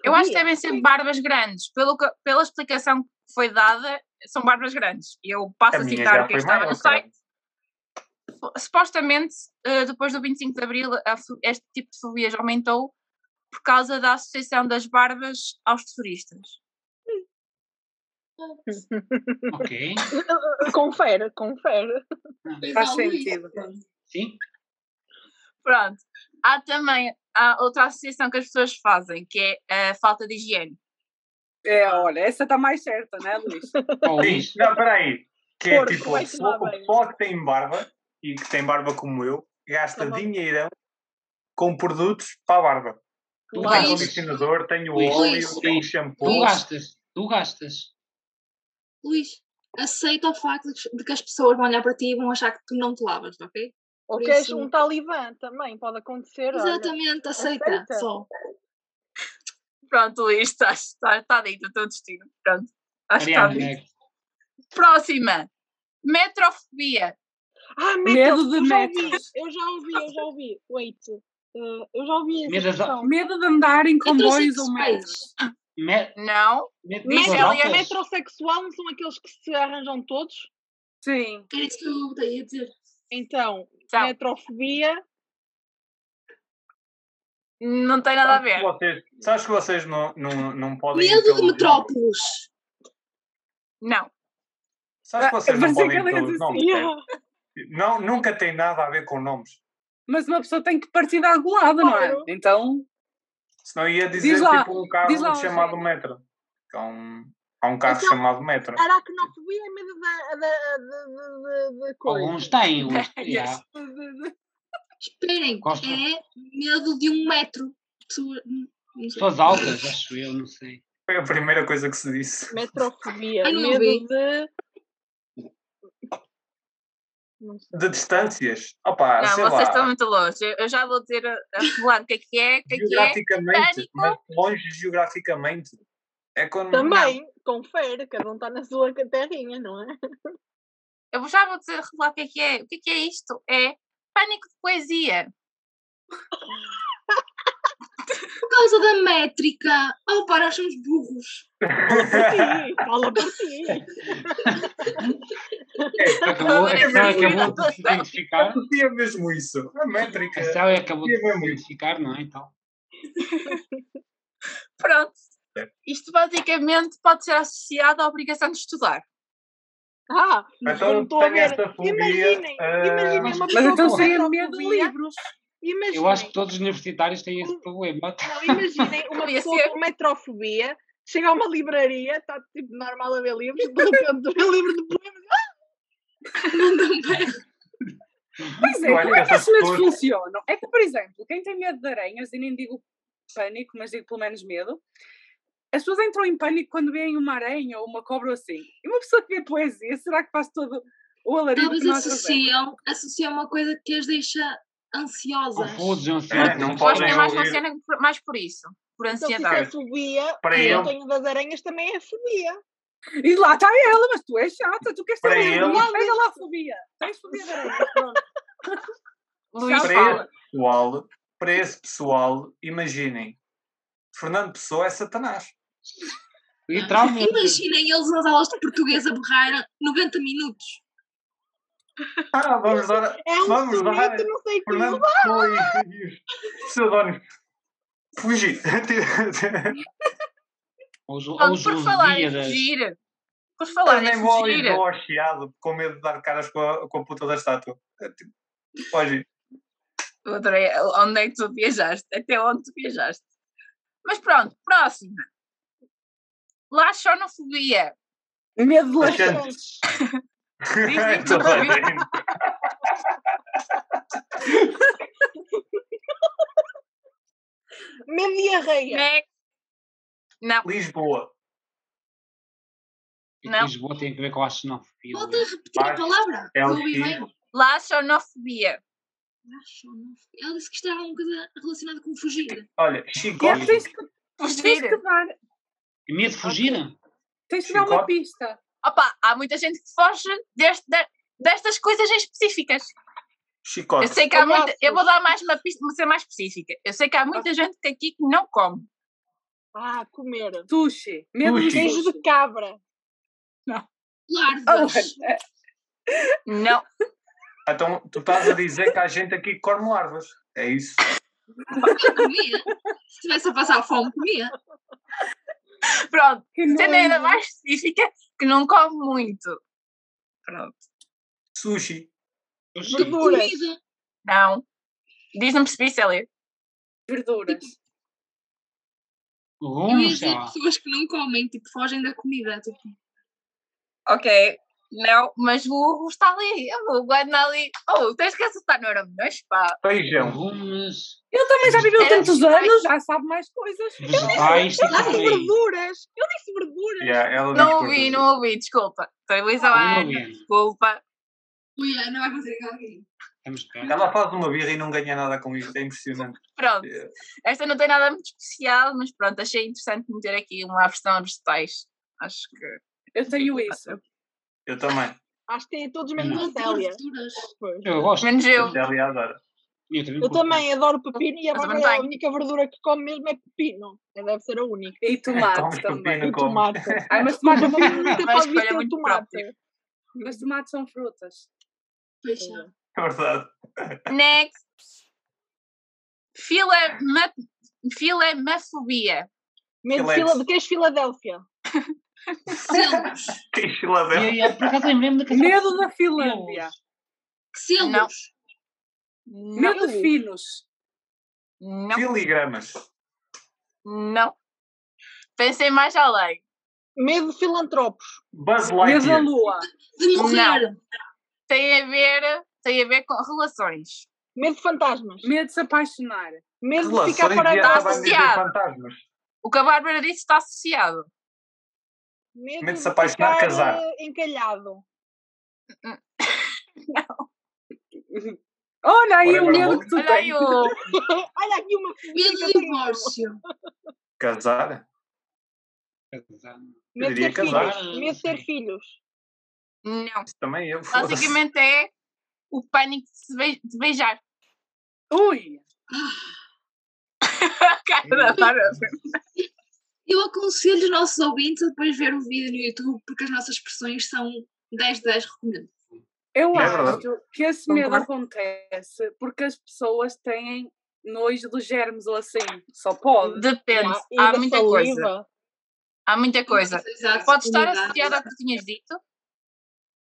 Speaker 3: eu acho que devem
Speaker 6: Sabia?
Speaker 3: ser barbas grandes. Pelo, que- pela explicação que foi dada, são barbas grandes. E Eu passo
Speaker 4: a
Speaker 3: a,
Speaker 4: minha
Speaker 3: citar
Speaker 4: já
Speaker 3: o que é
Speaker 4: foi
Speaker 3: que estava
Speaker 4: maior.
Speaker 3: no
Speaker 4: cara.
Speaker 3: site. Supostamente, eh, depois do 25 de Abril, a fo- este tipo de fobias aumentou por causa da associação das barbas aos terroristas.
Speaker 5: Ok.
Speaker 6: Confere, confere.
Speaker 7: Faz
Speaker 1: Igual Luís.
Speaker 7: sentido.
Speaker 5: Sim.
Speaker 3: Pronto. Há também há outra associação que as pessoas fazem, que é a falta de higiene.
Speaker 7: É, olha, essa está mais certa, não é, Luís?
Speaker 5: Ou o Luís.
Speaker 4: Sim, não, peraí. Que é
Speaker 6: Porco,
Speaker 4: tipo,
Speaker 6: vai
Speaker 4: o
Speaker 6: tomar
Speaker 4: pessoal- o
Speaker 6: banho.
Speaker 4: pessoal que tem barba e que tem barba como eu gasta
Speaker 6: Uhum.
Speaker 4: dinheirão com produtos para a barba. Tem
Speaker 5: Tu
Speaker 3: Luís.
Speaker 5: gastas.
Speaker 4: condicionador, tem o
Speaker 5: Luís.
Speaker 4: óleo,
Speaker 1: Luís.
Speaker 4: tem
Speaker 5: Tu
Speaker 4: shampoo.
Speaker 5: gastas. Tu gastas.
Speaker 1: Luís, aceita o facto de que as pessoas vão olhar para ti e vão achar que tu não te lavas, ok?
Speaker 6: Ou
Speaker 1: Por
Speaker 6: que és
Speaker 1: isso-
Speaker 6: um talibã também, pode acontecer. olha.
Speaker 1: Exatamente, aceita,
Speaker 6: aceita.
Speaker 1: só.
Speaker 3: Pronto, Luís, está, está, está dito o teu destino. Pronto. Acho que tá está
Speaker 5: Ariana,
Speaker 3: dito.
Speaker 5: né?
Speaker 3: Próxima. Metrofobia.
Speaker 6: Ah,
Speaker 7: Medo
Speaker 6: metros,
Speaker 7: de
Speaker 6: eu já
Speaker 7: metros.
Speaker 6: ouvi, eu já ouvi, eu já ouvi. Wait, eh, eu já ouvi essa
Speaker 5: Medo de-
Speaker 6: expressão.
Speaker 7: Medo de andar em comboios ou
Speaker 1: Heterossexuais.
Speaker 7: metros.
Speaker 5: Me-
Speaker 3: Não.
Speaker 5: Mete
Speaker 3: Diz,
Speaker 5: pessoas
Speaker 3: Ela
Speaker 6: Metro,
Speaker 3: é
Speaker 5: altas?
Speaker 6: metrosexual não são aqueles que se arranjam todos?
Speaker 7: Sim.
Speaker 1: Era isso que eu te ia dizer.
Speaker 6: Então,
Speaker 3: Então,
Speaker 6: metrofobia,
Speaker 3: não tem nada a
Speaker 4: Sabes que
Speaker 3: ver.
Speaker 4: vocês, sabes que vocês não, não, não podem. ir
Speaker 1: Medo de
Speaker 4: pelos nomes?
Speaker 1: metrópoles.
Speaker 3: Não.
Speaker 4: Sabes que vocês não
Speaker 7: Pensei que
Speaker 4: podem ir
Speaker 7: ela ia
Speaker 4: pelos
Speaker 3: assim,
Speaker 7: dizer
Speaker 4: nomes?
Speaker 6: yeah.
Speaker 5: então.
Speaker 4: certo? é- Não, nunca tem nada a ver com nomes.
Speaker 7: Mas uma pessoa tem que partir de algum lado, não
Speaker 6: Claro.
Speaker 7: é? Então,
Speaker 4: Senão ia dizer
Speaker 7: Diz lá,
Speaker 4: tipo um
Speaker 7: diz
Speaker 4: carro
Speaker 7: lá,
Speaker 4: chamado
Speaker 7: Rogério.
Speaker 4: metro. Há um, há um carro
Speaker 6: Então-
Speaker 4: chamado metro.
Speaker 6: aracnofobia é medo da, da, da, da, da, da coisa.
Speaker 5: Alguns têm, uns
Speaker 3: Yes.
Speaker 5: yeah.
Speaker 1: Esperem,
Speaker 5: Gosto.
Speaker 1: é medo de um metro. Pessoa- não sei.
Speaker 5: Pessoas altas, acho eu, não sei.
Speaker 4: Foi a primeira coisa que se disse.
Speaker 6: Metrofobia,
Speaker 1: Ai, não
Speaker 6: medo
Speaker 1: vi.
Speaker 6: de. Não sei.
Speaker 4: De distâncias. Opa,
Speaker 3: Não,
Speaker 4: sei
Speaker 3: vocês
Speaker 4: lá.
Speaker 3: estão muito longe. Eu, eu já vou dizer a, a fulano o que é que é, o que é que é.
Speaker 4: geograficamente,
Speaker 3: pânico.
Speaker 4: mas longe geograficamente. É quando.
Speaker 6: Também, confere, cada um está na sua terrinha, não é?
Speaker 3: Eu vou- já vou dizer revelar o que é que é. O que é que é isto? É pânico de poesia.
Speaker 1: Por causa da métrica. Oh, para, nós somos burros.
Speaker 6: Sim, fala por ti.
Speaker 5: É,
Speaker 3: Tá
Speaker 5: Acabou, a
Speaker 3: Adorei
Speaker 5: Célia
Speaker 4: essa
Speaker 5: acabou de se
Speaker 3: pergunta.
Speaker 4: Eu
Speaker 5: identificar.
Speaker 4: curtia É mesmo isso. A métrica.
Speaker 5: A Célia acabou
Speaker 4: Sim,
Speaker 5: de
Speaker 4: é
Speaker 5: se
Speaker 4: muito.
Speaker 5: identificar, não é? Então,
Speaker 3: Pronto.
Speaker 4: Certo.
Speaker 3: Isto basicamente pode ser associado à obrigação de estudar.
Speaker 6: Ah,
Speaker 5: um
Speaker 4: Então,
Speaker 6: não estou a
Speaker 4: tenho
Speaker 6: ver.
Speaker 4: esta fobia,
Speaker 6: Imaginem,
Speaker 4: eh,
Speaker 6: imaginem uma
Speaker 5: mas-
Speaker 7: mas
Speaker 6: pessoa
Speaker 7: então
Speaker 6: com
Speaker 7: seria medo de
Speaker 6: metrofobia.
Speaker 7: livros.
Speaker 6: Imaginem,
Speaker 5: ah, eu acho que todos os universitários têm esse problema. Tá
Speaker 6: não, imaginem uma
Speaker 3: Podia
Speaker 6: pessoa
Speaker 3: ser.
Speaker 6: com metrofobia chega a uma livraria, está tipo normal a ver livros, de repente vê livro de poemas.
Speaker 7: Pois é,
Speaker 4: Eu acho
Speaker 7: como
Speaker 4: que
Speaker 7: é que
Speaker 4: essas
Speaker 7: esses medos
Speaker 4: pessoas-
Speaker 7: funcionam? É que, por exemplo, quem tem medo de aranhas, e nem digo pânico, mas digo pelo menos medo, as pessoas entram em pânico quando veem uma aranha ou uma cobra ou assim. E uma pessoa que vê poesia, será que faz todo O alarido
Speaker 1: Talvez
Speaker 7: que nós fazemos.
Speaker 1: associam, associam uma coisa que as deixa ansiosas.
Speaker 5: Confusos,
Speaker 4: É,
Speaker 5: ansiosos.
Speaker 4: não
Speaker 3: Eu acho que
Speaker 4: podem
Speaker 3: é mais
Speaker 4: ouvir.
Speaker 3: funciona por- mais por isso, por
Speaker 6: Se eu
Speaker 3: ansiedade.
Speaker 6: fizer fobia,
Speaker 4: Para
Speaker 6: eu
Speaker 4: ele.
Speaker 6: tenho das aranhas também é fobia.
Speaker 7: E lá está ela, mas tu és chata, tu queres ter
Speaker 4: Para
Speaker 7: fobia.
Speaker 4: ele-
Speaker 7: Pega lá a fobia. Tens fobia de aranhas, pronto.
Speaker 3: Luís
Speaker 4: Para
Speaker 3: fala.
Speaker 4: esse pessoal, para esse pessoal, imaginem, Fernando Pessoa é Satanás.
Speaker 5: Literalmente.
Speaker 1: Imaginem eles nas aulas de português a borrar 90 minutos.
Speaker 4: Ah, vamos dar,
Speaker 6: É um
Speaker 4: vamos dar
Speaker 6: soneto, não sei como.
Speaker 4: Fernando Pessoa e, e os pseudónimos. Fugir.
Speaker 5: Ou os, ou
Speaker 3: Pronto,
Speaker 5: os
Speaker 3: por falar em
Speaker 5: Lusíadas.
Speaker 3: fugir, por falar em
Speaker 4: Também vou ali
Speaker 3: fugir,
Speaker 4: vou ao chiado, com medo de dar caras com a, com a puta da estátua. É tipo, Olha,
Speaker 3: eu adorei onde é que tu viajaste, até onde tu viajaste. Mas pronto, próxima. Laxonofobia.
Speaker 7: Medo de
Speaker 4: Mas-
Speaker 7: lanche.
Speaker 6: Laxantes.
Speaker 3: Diz, diz,
Speaker 4: Toda
Speaker 3: diz,
Speaker 4: a
Speaker 3: diz.
Speaker 4: gente.
Speaker 6: Medo de diarreia.
Speaker 3: Next. Não,
Speaker 4: Lisboa.
Speaker 5: E
Speaker 3: Não.
Speaker 5: Lisboa tem a ver com a xenofobia.
Speaker 1: Volta a repetir a
Speaker 4: Baixo,
Speaker 1: palavra.
Speaker 4: é
Speaker 1: não
Speaker 4: o
Speaker 1: ouvi bem.
Speaker 4: X.
Speaker 3: laxonofobia.
Speaker 1: Laxonofobia. Ela disse que isto era uma coisa relacionada com fugir.
Speaker 4: Olha,
Speaker 7: E é que
Speaker 4: chicote.
Speaker 7: tens que, tens que
Speaker 3: Fugir.
Speaker 7: dar,
Speaker 5: E É medo de fugir?
Speaker 7: tens que dar uma
Speaker 4: Chicote.
Speaker 7: pista.
Speaker 3: Opa, há muita gente que foge deste- de- destas coisas em específicas. Eu
Speaker 4: Chicote.
Speaker 3: sei que há muita.
Speaker 6: Abraços.
Speaker 3: Eu vou dar mais uma pista, vou ser mais específica. Eu sei que há muita gente que aqui que não come.
Speaker 6: Ah, comer.
Speaker 7: Tuxi. Medo de
Speaker 4: Tuxi.
Speaker 6: Queijo de cabra.
Speaker 3: Ah,
Speaker 1: Larvas.
Speaker 3: Não.
Speaker 4: Então, tu estás a dizer que há gente aqui que come larvas. É isso.
Speaker 1: Eu comia. Se estivesse a passar fome, comia.
Speaker 3: Pronto.
Speaker 7: Que
Speaker 3: Sendo ainda
Speaker 7: nojo.
Speaker 3: mais específica, que não come muito. Pronto.
Speaker 4: Sushi.
Speaker 5: Eu sei.
Speaker 6: Verduras.
Speaker 1: Comida.
Speaker 3: Não. Diz, não percebi, Célia.
Speaker 7: Verduras.
Speaker 1: Eu ia
Speaker 5: Legumes, sei
Speaker 1: dizer
Speaker 5: lá.
Speaker 1: pessoas que não comem, tipo, fogem da comida. Tipo,
Speaker 3: Ok. Não, mas o Hugo está ali. O Hugo anda ali. Oh, tens que acertar no Euromilhões, pá.
Speaker 4: Feijão.
Speaker 5: Legumes,
Speaker 7: Ele também já viveu
Speaker 3: Era-
Speaker 7: tantos anos, já sabe mais coisas.
Speaker 5: vegetais, tipo
Speaker 6: Eu disse
Speaker 5: assim.
Speaker 6: verduras. Eu disse verduras.
Speaker 4: Yeah, ela diz
Speaker 3: Não ouvi,
Speaker 4: português.
Speaker 3: não ouvi, desculpa. Estou
Speaker 5: Ah,
Speaker 3: Luísa
Speaker 5: não ouvi.
Speaker 3: desculpa.
Speaker 1: ui, não vai conseguir alguém.
Speaker 5: Estamos perto.
Speaker 4: Ela faz uma birra e não ganha nada com isto. É impressionante.
Speaker 3: Pronto.
Speaker 4: Yeah.
Speaker 3: Esta não tem nada muito especial, mas pronto, achei interessante meter aqui uma versão a vegetais. Acho que.
Speaker 7: Eu tenho isso.
Speaker 4: Eu também.
Speaker 6: Acho que têm todos menos a
Speaker 1: Não
Speaker 6: Célia.
Speaker 1: verduras.
Speaker 6: Pois.
Speaker 5: Eu gosto.
Speaker 3: Menos eu.
Speaker 4: Ela adora.
Speaker 5: Eu também.
Speaker 6: Eu
Speaker 5: curto.
Speaker 6: também adoro pepino e a
Speaker 3: Eu também
Speaker 6: Bárbara é a
Speaker 3: tenho.
Speaker 6: única verdura que come mesmo é pepino. Ela Deve ser a única.
Speaker 7: E tomate
Speaker 4: Comes
Speaker 7: também.
Speaker 4: pepino,
Speaker 6: E
Speaker 4: comes.
Speaker 6: tomate.
Speaker 7: Ai, mas
Speaker 6: Mas
Speaker 7: tomate, é
Speaker 6: a Bárbara
Speaker 3: Uma
Speaker 6: pode
Speaker 3: escolha
Speaker 6: ter o
Speaker 3: muito
Speaker 6: tomate.
Speaker 3: própria.
Speaker 7: mas tomate são frutas.
Speaker 1: Fecha.
Speaker 4: É verdade.
Speaker 3: Next. Filema... Filemafobia.
Speaker 6: Menos
Speaker 4: Alex.
Speaker 6: fila de queijo Filadélfia.
Speaker 1: Selos.
Speaker 4: Queijo
Speaker 5: E
Speaker 4: ladrão.
Speaker 5: aí, por acaso lembrei-me daqueles
Speaker 7: Medo da Finlândia.
Speaker 1: Que selos.
Speaker 3: Não.
Speaker 7: Medo
Speaker 3: Não.
Speaker 7: de finos.
Speaker 3: Não.
Speaker 4: Filigramas.
Speaker 3: Não. Pensei mais além.
Speaker 6: Medo de filantropos.
Speaker 4: Buzz
Speaker 7: Medo da
Speaker 4: Lightyear.
Speaker 7: lua.
Speaker 1: De morrer.
Speaker 3: Tem a ver, tem a ver com relações.
Speaker 6: Medo de fantasmas.
Speaker 7: Medo de se apaixonar.
Speaker 6: Medo de
Speaker 4: Relações
Speaker 6: ficar
Speaker 4: e
Speaker 6: parado.
Speaker 4: acabam de dizer
Speaker 3: associado.
Speaker 4: fantasmas.
Speaker 3: O que a Bárbara disse está associado.
Speaker 6: Medo
Speaker 4: Medo
Speaker 6: de
Speaker 4: de se apaixonar,
Speaker 6: ficar,
Speaker 4: casar.
Speaker 6: eh, encalhado.
Speaker 7: Olha aí o
Speaker 4: Whatever
Speaker 7: medo
Speaker 4: Hulk.
Speaker 7: que tu
Speaker 3: Olha aí
Speaker 7: tens.
Speaker 3: o.
Speaker 6: Olha aqui uma assim. fobia que
Speaker 1: Medo de
Speaker 6: eu tenho.
Speaker 1: divórcio.
Speaker 4: Casar?
Speaker 6: Medo de
Speaker 4: diria
Speaker 6: ter
Speaker 4: casar.
Speaker 6: filhos. Medo de ter filhos.
Speaker 3: Não.
Speaker 4: Também eu. foda-se.
Speaker 3: Basicamente é o pânico de, se bei- de beijar.
Speaker 7: Ui.
Speaker 3: A cara da Bárbara.
Speaker 1: Eu aconselho os nossos ouvintes a depois ver o vídeo no YouTube porque as nossas expressões são 10 de 10 recomendo.
Speaker 7: Eu
Speaker 4: É
Speaker 7: acho que esse medo
Speaker 3: Concordo.
Speaker 7: acontece porque as pessoas têm nojo dos germes ou assim. Só pode.
Speaker 3: Depende.
Speaker 6: Ah, e
Speaker 3: Há
Speaker 6: da
Speaker 3: muita
Speaker 6: saliva.
Speaker 3: coisa. Há muita coisa.
Speaker 1: Exato,
Speaker 3: é. Pode estar
Speaker 1: umidade.
Speaker 3: associada ao que tu tinhas dito.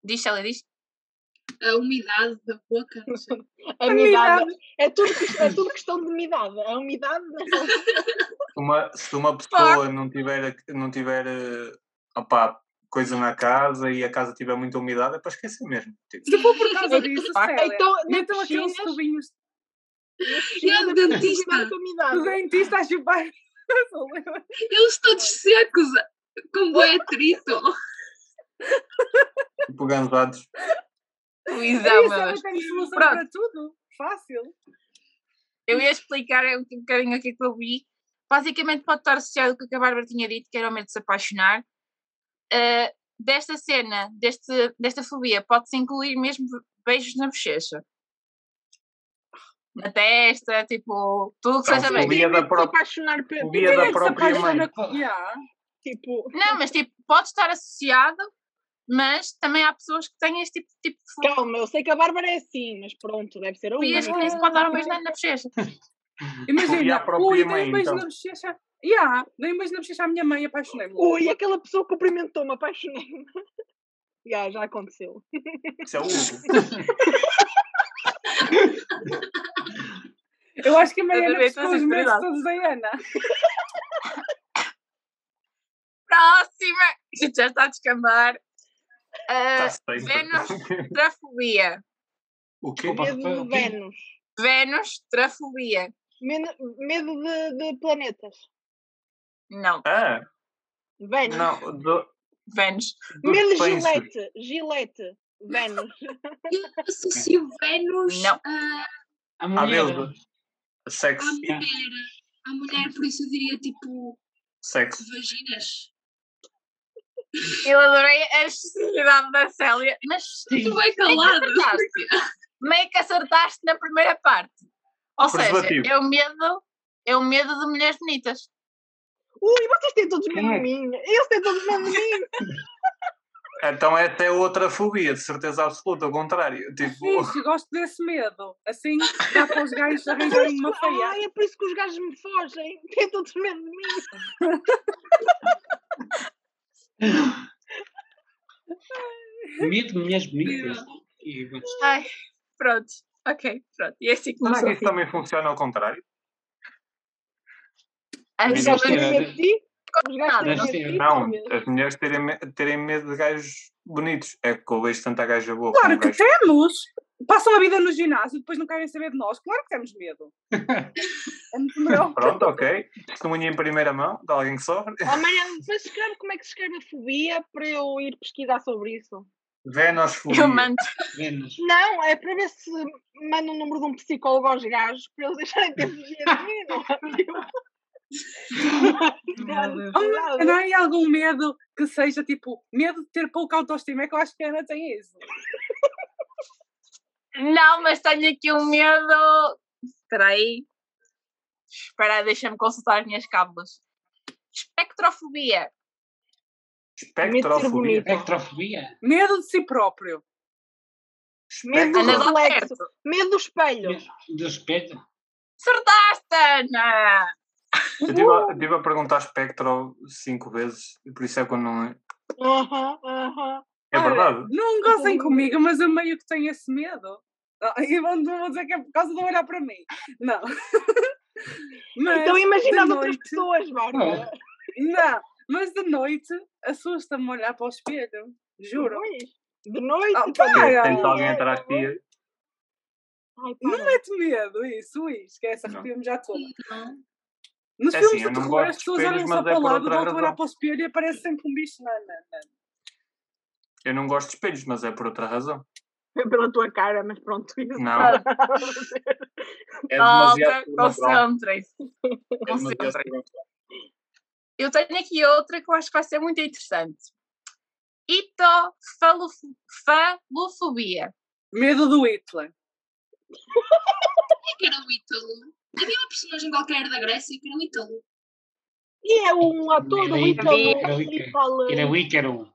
Speaker 3: Diz, ela diz.
Speaker 1: A umidade da boca. não sei.
Speaker 6: A umidade. É tudo, que- é tudo questão de umidade. A é umidade nessa-
Speaker 4: Se uma, se uma pessoa não tiver, não tiver eh, opá, coisa na casa e a casa tiver muita umidade, é para esquecer mesmo. Tipo,
Speaker 7: Se for por causa disso, Célia,
Speaker 6: Então, na
Speaker 7: metam aqueles
Speaker 6: piscina,
Speaker 7: tubinhos
Speaker 1: É o dentista.
Speaker 6: com
Speaker 7: do
Speaker 6: umidade.
Speaker 7: dentista a chupar.
Speaker 1: Eles todos secos. Com boé trito.
Speaker 4: tipo gansados.
Speaker 3: Luísa, meu
Speaker 6: é
Speaker 7: Eu isso, ela
Speaker 3: Deus.
Speaker 7: tem solução
Speaker 3: é, Pronto.
Speaker 7: para tudo. Fácil.
Speaker 3: Eu ia explicar um bocadinho o que é que eu vi. Basicamente pode estar associado com o que a Bárbara tinha dito, que era o medo de se apaixonar. Ah, desta cena, deste, desta fobia, pode-se incluir mesmo beijos na bochecha. Na testa, tipo, tudo o que
Speaker 4: Então,
Speaker 3: seja
Speaker 4: fobia
Speaker 3: beijo.
Speaker 4: da
Speaker 6: Medo de se
Speaker 4: própria-
Speaker 6: apaixonar pe-
Speaker 4: fobia da
Speaker 7: Se
Speaker 4: própria mãe.
Speaker 7: apaixona com- Yeah.
Speaker 6: tipo,
Speaker 3: Não, mas tipo, pode estar associado, mas também há pessoas que têm este tipo, tipo de fobia.
Speaker 6: calma, eu sei que a Bárbara é assim, mas pronto, deve ser a
Speaker 3: E as
Speaker 6: única.
Speaker 3: mulheres podem dar um beijo na na bochecha.
Speaker 4: Fobia à
Speaker 7: Imagina,
Speaker 4: própria
Speaker 7: ui,
Speaker 4: mãe,
Speaker 7: dei um beijo
Speaker 4: então.
Speaker 7: na bochecha. Yeah, dei um beijo na bochecha à minha mãe, apaixonei-me. logo.
Speaker 6: Ui, aquela pessoa cumprimentou-me, apaixonei-me. Já, já aconteceu.
Speaker 4: Isso é o Hugo.
Speaker 7: Eu acho que a Mariana
Speaker 3: Adorei a tua
Speaker 7: pescou os medos
Speaker 3: sinceridade.
Speaker 7: todos da Ana.
Speaker 3: Próxima! Isto já está a descambar. Ah,
Speaker 4: Tá feito.
Speaker 3: Vênus, trafobia.
Speaker 4: Ah, O quê?
Speaker 5: Desculpa. Posso fazer
Speaker 6: Medo
Speaker 5: um
Speaker 6: de
Speaker 5: pouquinho?
Speaker 6: Vênus.
Speaker 3: Vênus, trafobia.
Speaker 6: Men- Medo de, de planetas.
Speaker 3: Não,
Speaker 4: Ah,
Speaker 6: Vênus.
Speaker 4: não. Do,
Speaker 3: Vênus.
Speaker 4: dos
Speaker 6: Medo de
Speaker 4: pensos.
Speaker 6: gilete. Gilete. Vênus.
Speaker 1: Associo Vênus
Speaker 3: Não.
Speaker 5: A
Speaker 1: à,
Speaker 4: Ah,
Speaker 5: mulher.
Speaker 4: Deus. Sexo.
Speaker 1: à mulher. À mulher, por isso eu diria tipo
Speaker 4: Sexo.
Speaker 1: vaginas.
Speaker 3: Eu adorei a excessividade da Célia, mas
Speaker 1: Tu
Speaker 3: meio
Speaker 1: vai
Speaker 3: que
Speaker 1: calado.
Speaker 3: acertaste. Meio que acertaste na primeira parte. Ou seja,
Speaker 4: Preservativo.
Speaker 3: é o medo, é o medo de mulheres bonitas.
Speaker 6: Ui, vocês têm todos medo
Speaker 5: Quem é?
Speaker 6: de mim. Eles têm todos medo de mim.
Speaker 4: Então é até outra fobia, de certeza absoluta, ao contrário. Tipo,
Speaker 7: Fixe, gosto desse medo. Assim dá para os gajos arranjarem uma feia.
Speaker 6: Ai, é por isso que os gajos me fogem. Têm todos medo de mim.
Speaker 5: Medo de mulheres bonitas. E, mas,
Speaker 3: Ai, pronto. Ok, pronto. E é assim que
Speaker 4: será
Speaker 3: começou.
Speaker 4: que isso também funciona ao contrário?
Speaker 6: Os
Speaker 5: Mas
Speaker 6: gajos têm
Speaker 5: isto
Speaker 3: Absolutamente
Speaker 5: era-
Speaker 6: medo de ti? Os gajos têm
Speaker 5: Deve
Speaker 6: medo de
Speaker 5: ser.
Speaker 6: ti,
Speaker 4: Não, eh,
Speaker 6: talvez.
Speaker 4: as mulheres terem, me- terem medo de gajos bonitos. É que eu vejo tanta gaja boa como
Speaker 7: Claro que
Speaker 4: gajo.
Speaker 7: temos! Passam a vida no ginásio, depois não querem saber de nós. Claro que temos medo. É muito melhor.
Speaker 4: Pronto, ok. Testemunha em primeira mão de alguém que sofre.
Speaker 6: Oh, Mariana, depois escreve como é que se escreve a fobia para eu ir pesquisar sobre isso.
Speaker 4: Venosfobia.
Speaker 3: Eu mando.
Speaker 5: Vênus.
Speaker 6: Não, é para ver se manda o número de um psicólogo aos gajos para eles deixarem ter fobia de mim, não é?
Speaker 7: Oh, mas Não há algum medo que seja tipo medo de ter pouca autoestima? É que eu acho que a Ana tem isso.
Speaker 3: Não, mas tenho aqui um medo. Espera aí. Espera, aí, deixa-me consultar as minhas cábulas. Espectrofobia.
Speaker 4: Espectrofobia.
Speaker 6: bonito.
Speaker 5: Espectrofobia.
Speaker 7: Medo de si próprio.
Speaker 6: Medo do
Speaker 3: Ana
Speaker 4: Espectro.
Speaker 3: lá
Speaker 6: reflexo,
Speaker 3: perto.
Speaker 6: medo do espelho.
Speaker 5: Do espelho.
Speaker 3: Acertaste, Ana!
Speaker 4: Eu estive a, eu tive a perguntar espectro cinco vezes, e por isso é que eu não.
Speaker 6: Aham, aham.
Speaker 4: É
Speaker 7: Olha,
Speaker 4: verdade.
Speaker 7: Não gozem
Speaker 4: Uhum.
Speaker 7: comigo, mas eu meio que tenho esse medo. Ah, E vão, não vão dizer que é por causa de olhar para mim. Não. Mas
Speaker 6: Então
Speaker 7: de
Speaker 6: imaginava outras
Speaker 7: noite-
Speaker 6: pessoas,
Speaker 5: É,
Speaker 6: Bárbara.
Speaker 7: Não, mas de noite assusta-me olhar para o espelho. Juro.
Speaker 6: Pois, De noite. então,
Speaker 7: Ah,
Speaker 6: quando-
Speaker 7: para!
Speaker 4: Tens alguém atrás de ti.
Speaker 6: Ai,
Speaker 7: Não
Speaker 6: para.
Speaker 7: mete medo isso, ui. Esquece,
Speaker 4: Não.
Speaker 7: arrepio-me já toda.
Speaker 1: Não.
Speaker 7: Nos
Speaker 4: É
Speaker 7: filmes
Speaker 4: assim, eu
Speaker 7: de
Speaker 4: não
Speaker 7: terror
Speaker 4: gosto
Speaker 7: as
Speaker 4: de
Speaker 7: pessoas
Speaker 4: espelhos,
Speaker 7: olham só
Speaker 4: mas é
Speaker 7: para o
Speaker 4: por
Speaker 7: lado,
Speaker 4: outra
Speaker 7: voltam a olhar
Speaker 4: razão.
Speaker 7: para o espelho e aparece sempre um bicho. Não, não, não.
Speaker 4: Eu não gosto de espelhos, mas é por outra razão.
Speaker 6: Foi pela tua cara, mas pronto. Isso.
Speaker 4: Não, é
Speaker 7: Ah,
Speaker 4: demasiado
Speaker 3: Volta,
Speaker 4: natural.
Speaker 3: concentrem-se.
Speaker 4: É demasiado
Speaker 3: Concentrem. Eu tenho aqui outra que eu acho que vai ser muito interessante. Itofalofobia.
Speaker 7: Medo do Hitler.
Speaker 1: Quem é que era o Ítalo? Havia uma personagem qualquer da Grécia que era o Ítalo.
Speaker 6: E é um ator, o
Speaker 5: Ele
Speaker 6: Ítalo.
Speaker 3: é
Speaker 5: Ícaro.
Speaker 6: ele fala-
Speaker 5: Era um. o Ícaro.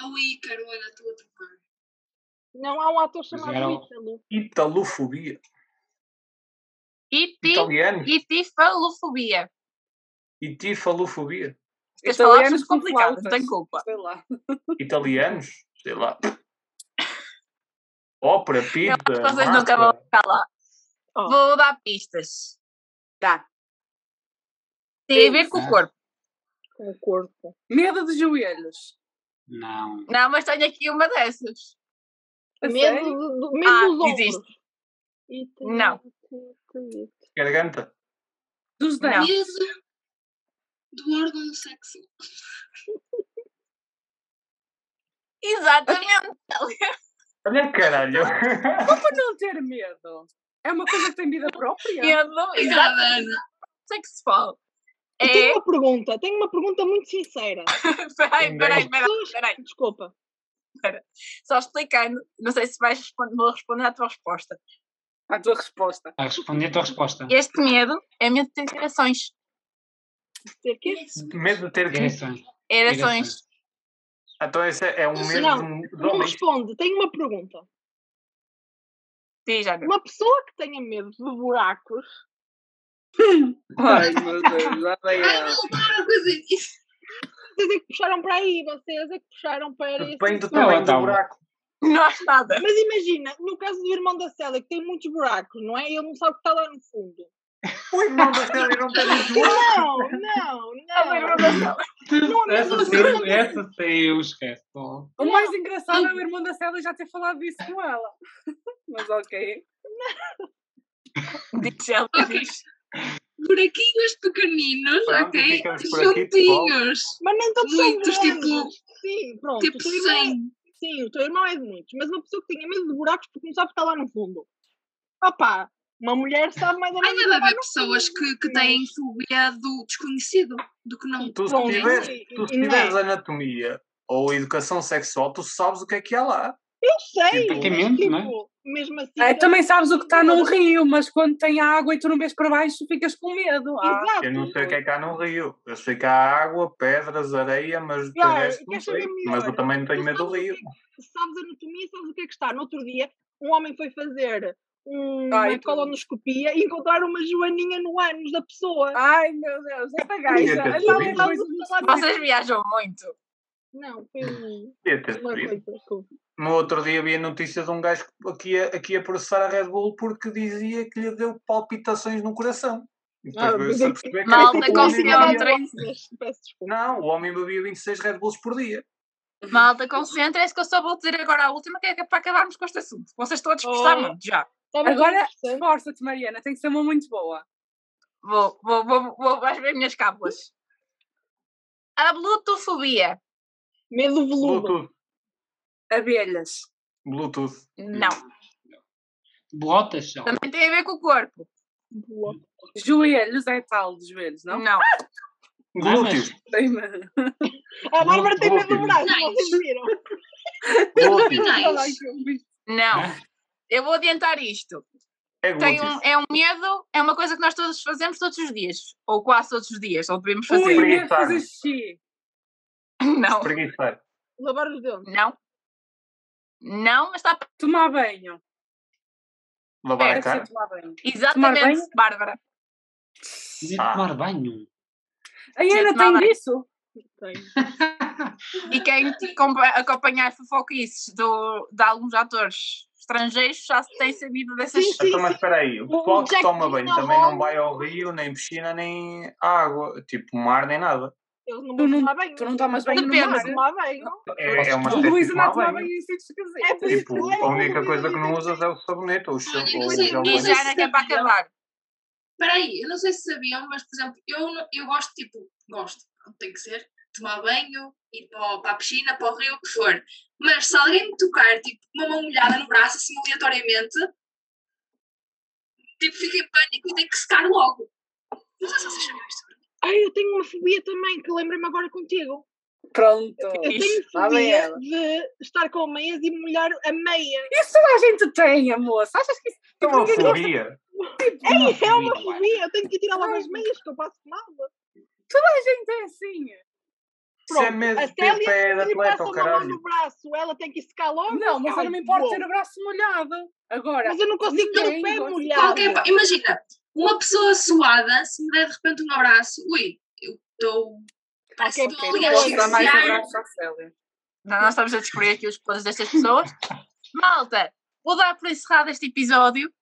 Speaker 1: Ah, o Ícaro, olha, estou a trocar.
Speaker 6: Não, há um ator
Speaker 5: era
Speaker 6: chamado
Speaker 5: o-
Speaker 6: Ítalo.
Speaker 4: Italofobia.
Speaker 3: Iti,
Speaker 4: Italiano.
Speaker 3: itifalofobia.
Speaker 4: Itifalofobia.
Speaker 3: Estas palavras
Speaker 7: Italianos
Speaker 3: são
Speaker 7: com
Speaker 3: complicadas, não
Speaker 7: flautas.
Speaker 3: tenho culpa.
Speaker 7: Sei lá.
Speaker 4: Italianos. Sei lá. Ópera, pita,
Speaker 3: Vocês nunca vão
Speaker 4: massa.
Speaker 3: ficar lá.
Speaker 6: Oh.
Speaker 3: Vou dar pistas.
Speaker 7: Dá.
Speaker 3: Tem a ver com o
Speaker 5: Ah.
Speaker 3: corpo.
Speaker 6: Com o corpo.
Speaker 7: Medo de joelhos.
Speaker 5: Não.
Speaker 3: Não, mas tenho aqui uma dessas.
Speaker 7: A
Speaker 6: Medo,
Speaker 7: sério?
Speaker 6: do, do-
Speaker 3: Ah,
Speaker 6: medo dos
Speaker 3: existe.
Speaker 6: ombros. Ítalo,
Speaker 3: Não.
Speaker 6: Ítalo, Ítalo.
Speaker 4: Garganta.
Speaker 7: Dos
Speaker 3: Não.
Speaker 7: dentes.
Speaker 1: Medo do órgão do sexo.
Speaker 3: Exatamente.
Speaker 4: Olha, caralho.
Speaker 7: Como não ter medo? É uma coisa que tem vida própria.
Speaker 3: Medo, exato,
Speaker 1: Obrigada, Ana.
Speaker 3: sexual.
Speaker 6: Eu Tenho
Speaker 3: É,
Speaker 6: uma pergunta, tenho uma pergunta muito sincera.
Speaker 3: peraí, peraí, peraí, peraí.
Speaker 6: Desculpa.
Speaker 3: Só explicando, não sei se vais responder, vou responder à tua resposta.
Speaker 7: A tua resposta.
Speaker 5: Vai responder a tua resposta.
Speaker 3: Este medo é medo de ter gerações.
Speaker 6: Dizer que
Speaker 4: Medo de
Speaker 6: É.
Speaker 5: É
Speaker 4: ter que.
Speaker 5: Direções.
Speaker 3: Gerações.
Speaker 5: Direções.
Speaker 4: Então esse é um medo
Speaker 6: Não,
Speaker 4: de- de
Speaker 6: não
Speaker 4: homens.
Speaker 6: responde, tenho uma pergunta.
Speaker 3: Diz, Ana.
Speaker 6: Uma pessoa que tenha medo de buracos,
Speaker 7: Ai, meu Deus, lá vai
Speaker 1: Ai,
Speaker 7: ela.
Speaker 1: Ah, não, para com isso. Isso
Speaker 6: vocês é que puxaram para aí, vocês é que puxaram para isso. então.
Speaker 4: Depende do
Speaker 5: Não,
Speaker 4: tamanho do
Speaker 5: Otávio.
Speaker 4: buraco.
Speaker 3: Não acho nada.
Speaker 6: Mas imagina, no caso do irmão da Célia, que tem muitos buracos, não é? Ele não sabe o que está lá no fundo.
Speaker 4: O irmão da Célia não tem muito buraco.
Speaker 6: Não, não, não. não,
Speaker 5: Essa
Speaker 6: não,
Speaker 5: saiu,
Speaker 6: não.
Speaker 5: essa saiu, esquece. Bom,
Speaker 7: O mais engraçado é o irmão da Célia já ter falado disso com ela. Mas ok.
Speaker 3: Diz ela.
Speaker 1: Ok.
Speaker 3: Diz.
Speaker 1: Buraquinhos pequeninos,
Speaker 4: Pronto,
Speaker 1: ok?
Speaker 4: ficamos por aqui, tipo, pessoal.
Speaker 1: Juntinhos.
Speaker 6: Mas nem todos
Speaker 1: Muitos,
Speaker 6: são
Speaker 1: tipo-
Speaker 6: grandes. Sim, pronto.
Speaker 1: Tipo
Speaker 6: o teu irmão é-
Speaker 1: 100.
Speaker 6: sim, o teu irmão é de muitos. Mas uma pessoa que tenha medo de buracos porque não sabe o que está lá no fundo. Opá, uma mulher sabe mais ou
Speaker 1: Ai,
Speaker 6: menos. o que
Speaker 1: deve
Speaker 6: está
Speaker 1: haver
Speaker 6: no
Speaker 1: pessoas
Speaker 6: fundo,
Speaker 1: que, que
Speaker 6: mas-
Speaker 1: têm fobia do desconhecido, do que não.
Speaker 4: Tu se
Speaker 6: Pronto,
Speaker 4: tiveres,
Speaker 6: e-
Speaker 4: tu, se
Speaker 6: e não é?
Speaker 4: tiveres anatomia ou educação sexual, tu sabes o que é que há lá.
Speaker 6: Eu sei,
Speaker 4: Tipo,
Speaker 6: mas
Speaker 5: Tecnicamente,
Speaker 6: tipo,
Speaker 5: não é?
Speaker 6: mesmo assim.
Speaker 7: É,
Speaker 6: eu-
Speaker 7: também sabes o que está num rio, mas quando tem água e tu não vês para baixo, ficas com medo. Ah,
Speaker 6: Exato.
Speaker 4: Eu não sei o que é que há no rio. Eu sei que há água, pedras, areia, mas de
Speaker 6: Claro,
Speaker 4: resto não
Speaker 6: queres
Speaker 4: sei.
Speaker 6: saber melhor?
Speaker 4: Mas eu também não tenho
Speaker 6: Tu
Speaker 4: medo do
Speaker 6: sabes o que
Speaker 4: rio.
Speaker 6: é que- sabes anatomia, sabes o que é que está. No outro dia, um homem foi fazer um, uma
Speaker 7: Ai, tu-
Speaker 6: colonoscopia e encontraram uma joaninha no ânus da pessoa.
Speaker 7: Ai, meu Deus, esta
Speaker 4: Devia
Speaker 7: gaja.
Speaker 4: ter
Speaker 7: Olha
Speaker 4: sabido.
Speaker 7: uma coisa muito
Speaker 3: Vocês viajam muito.
Speaker 6: Não, foi um-
Speaker 4: Devia ter
Speaker 6: uma
Speaker 4: sabido.
Speaker 6: coisa. desculpa.
Speaker 4: No outro dia havia notícia de um gajo aqui a, aqui a processar a Red Bull porque dizia que lhe deu palpitações no coração. E depois
Speaker 6: Ah,
Speaker 4: veio-se a
Speaker 6: mas é
Speaker 4: perceber que
Speaker 3: Malta,
Speaker 4: era porque o homem
Speaker 3: consideram
Speaker 4: bebia-
Speaker 3: três-
Speaker 6: Peço desculpa.
Speaker 4: Não, o homem bebia 26 Red Bulls por dia.
Speaker 3: Malta, concentrem-se que eu só vou dizer agora a última, que é para acabarmos com este assunto. Vocês estão a dispersar
Speaker 6: Oh.
Speaker 3: muito já.
Speaker 6: Sabe uma coisa
Speaker 7: Agora,
Speaker 6: interessante?
Speaker 7: esforça-te, Mariana, tem que ser uma muito boa.
Speaker 3: Vou, vou, vou, vou, vais ver minhas cábulas. A blutofobia.
Speaker 6: medo do volume.
Speaker 4: Bluetooth.
Speaker 7: Abelhas.
Speaker 4: Bluetooth.
Speaker 3: Não.
Speaker 5: Bolotas são.
Speaker 3: Também tem a ver com o corpo.
Speaker 6: Boa.
Speaker 7: Joelhos é tal dos joelhos, não?
Speaker 3: Não.
Speaker 4: Glúteos.
Speaker 7: Tem-
Speaker 6: A Ah, Bárbara tem medo do
Speaker 4: Volume.
Speaker 6: buraco,
Speaker 1: Nice.
Speaker 6: vocês viram?
Speaker 4: Glúteos.
Speaker 7: Ai,
Speaker 1: Nice.
Speaker 7: que eu vi.
Speaker 3: Não.
Speaker 5: Não.
Speaker 3: Eu vou adiantar isto.
Speaker 4: É
Speaker 3: Tem um,
Speaker 4: glúteos.
Speaker 3: é um medo, é uma coisa que nós todos fazemos todos os dias. Ou quase todos os dias, ou devemos
Speaker 7: Ui,
Speaker 3: fazer.
Speaker 7: medo de
Speaker 4: Preguiçar.
Speaker 7: fazer xixi.
Speaker 3: Não.
Speaker 4: Preguiçar.
Speaker 6: Lavar os dentes.
Speaker 3: Não. Não, mas está
Speaker 7: Tomar banho.
Speaker 6: É,
Speaker 4: Lavar a
Speaker 7: Deve ser
Speaker 4: É, cara.
Speaker 7: tomar banho.
Speaker 3: Exatamente,
Speaker 7: banho?
Speaker 3: Bárbara.
Speaker 5: Devia
Speaker 4: Ah.
Speaker 5: tomar banho.
Speaker 7: A
Speaker 3: Sim,
Speaker 7: Ana
Speaker 3: tomar
Speaker 7: tem
Speaker 3: banho.
Speaker 7: disso?
Speaker 3: E quem te compa- acompanhar as fofoquices do, de alguns atores estrangeiros já se tem sabido dessas.
Speaker 6: Sim, sim.
Speaker 4: Então, mas espera aí, o pessoal que
Speaker 6: Jack
Speaker 4: toma banho
Speaker 6: Daniel
Speaker 4: também não
Speaker 6: Hall.
Speaker 4: vai ao rio, nem piscina, nem água, tipo mar, nem nada.
Speaker 6: Eles não
Speaker 7: Tu
Speaker 6: vão
Speaker 7: não-
Speaker 6: tomar banho.
Speaker 7: tu não tomas
Speaker 6: Eles
Speaker 7: banho
Speaker 3: no
Speaker 6: vão
Speaker 3: mar?
Speaker 6: tomar banho.
Speaker 4: É, é uma
Speaker 5: O
Speaker 7: O
Speaker 4: espécie
Speaker 7: Luís
Speaker 4: de
Speaker 7: anda a
Speaker 4: tomar
Speaker 7: tomar
Speaker 4: banho.
Speaker 7: banho em sítios
Speaker 6: É por
Speaker 7: caseiros.
Speaker 6: isso
Speaker 4: Tipo,
Speaker 6: que
Speaker 4: a única coisa que não
Speaker 6: Luís
Speaker 4: usas é o sabonete ou o
Speaker 1: Olha,
Speaker 4: shampoo
Speaker 1: eu
Speaker 4: ou o
Speaker 1: sei
Speaker 4: gel
Speaker 1: disso.
Speaker 3: E
Speaker 4: banho.
Speaker 3: já era que é para acabar.
Speaker 1: Espera aí, eu não sei se sabiam, mas, por exemplo, eu, não- eu gosto, tipo, gosto, não tem que ser, tomar banho, ir para, o- para a piscina, para o rio, o que for. Mas se alguém me tocar, tipo, uma mão molhada no braço, assim, aleatoriamente, tipo, fico em pânico e tenho que secar logo. Não sei se vocês sabiam isto.
Speaker 6: Ai, eu tenho uma fobia também, que lembrei-me agora contigo.
Speaker 7: Pronto.
Speaker 6: Eu tenho
Speaker 7: lá vem
Speaker 6: fobia
Speaker 7: ela.
Speaker 6: de estar com meias e molhar a meia.
Speaker 7: Isso toda a gente tem, a moça. Achas que isso Tipo,
Speaker 4: É uma fobia.
Speaker 5: Ah,
Speaker 6: É uma fobia, eu tenho que tirar logo as meias, que eu passo mal.
Speaker 7: a gente é assim?
Speaker 4: Isso é
Speaker 6: Pronto,
Speaker 4: medo
Speaker 6: a
Speaker 4: de ter
Speaker 6: Célia
Speaker 4: pé de
Speaker 6: Ele passa
Speaker 4: é atleta,
Speaker 6: uma
Speaker 4: ou
Speaker 6: mão
Speaker 4: caralho.
Speaker 6: no braço, ela tem que secar logo. assim,
Speaker 7: Não, mas eu não me
Speaker 6: Ai,
Speaker 7: importo
Speaker 6: vou.
Speaker 7: ter o braço molhado. Agora,
Speaker 6: Mas eu não consigo ter o
Speaker 7: Ninguém
Speaker 6: pé
Speaker 7: gosta.
Speaker 6: molhado.
Speaker 1: Qualquer pa- imagina, uma pessoa suada, se me der de repente um abraço, ui, eu estou. Parece que
Speaker 6: Qualquer pessoa
Speaker 1: estou ali
Speaker 3: é
Speaker 6: dá
Speaker 1: a
Speaker 6: mais
Speaker 7: mais
Speaker 1: asfixiar.
Speaker 7: abraço à Célia.
Speaker 3: Não, nós estamos a descobrir aqui os podres destas pessoas. Malta, vou dar por encerrado este episódio.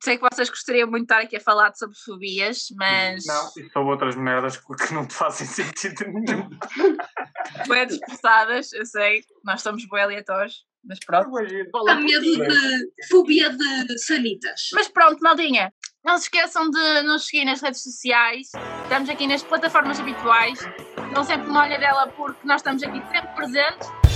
Speaker 3: Sei que vocês gostariam muito de estar aqui a falar sobre fobias, mas
Speaker 4: Não, isso são outras merdas que que não te fazem sentido nenhum.
Speaker 3: bem dispersadas, eu sei. Nós somos bem aleatórios, mas pronto.
Speaker 4: Imagina.
Speaker 1: Há medo de. fobia de sanitas.
Speaker 3: Mas pronto, maldinha. Não se esqueçam de nos seguir nas redes sociais. Estamos aqui nas plataformas habituais. Não sempre uma olhadela porque nós estamos aqui sempre presentes.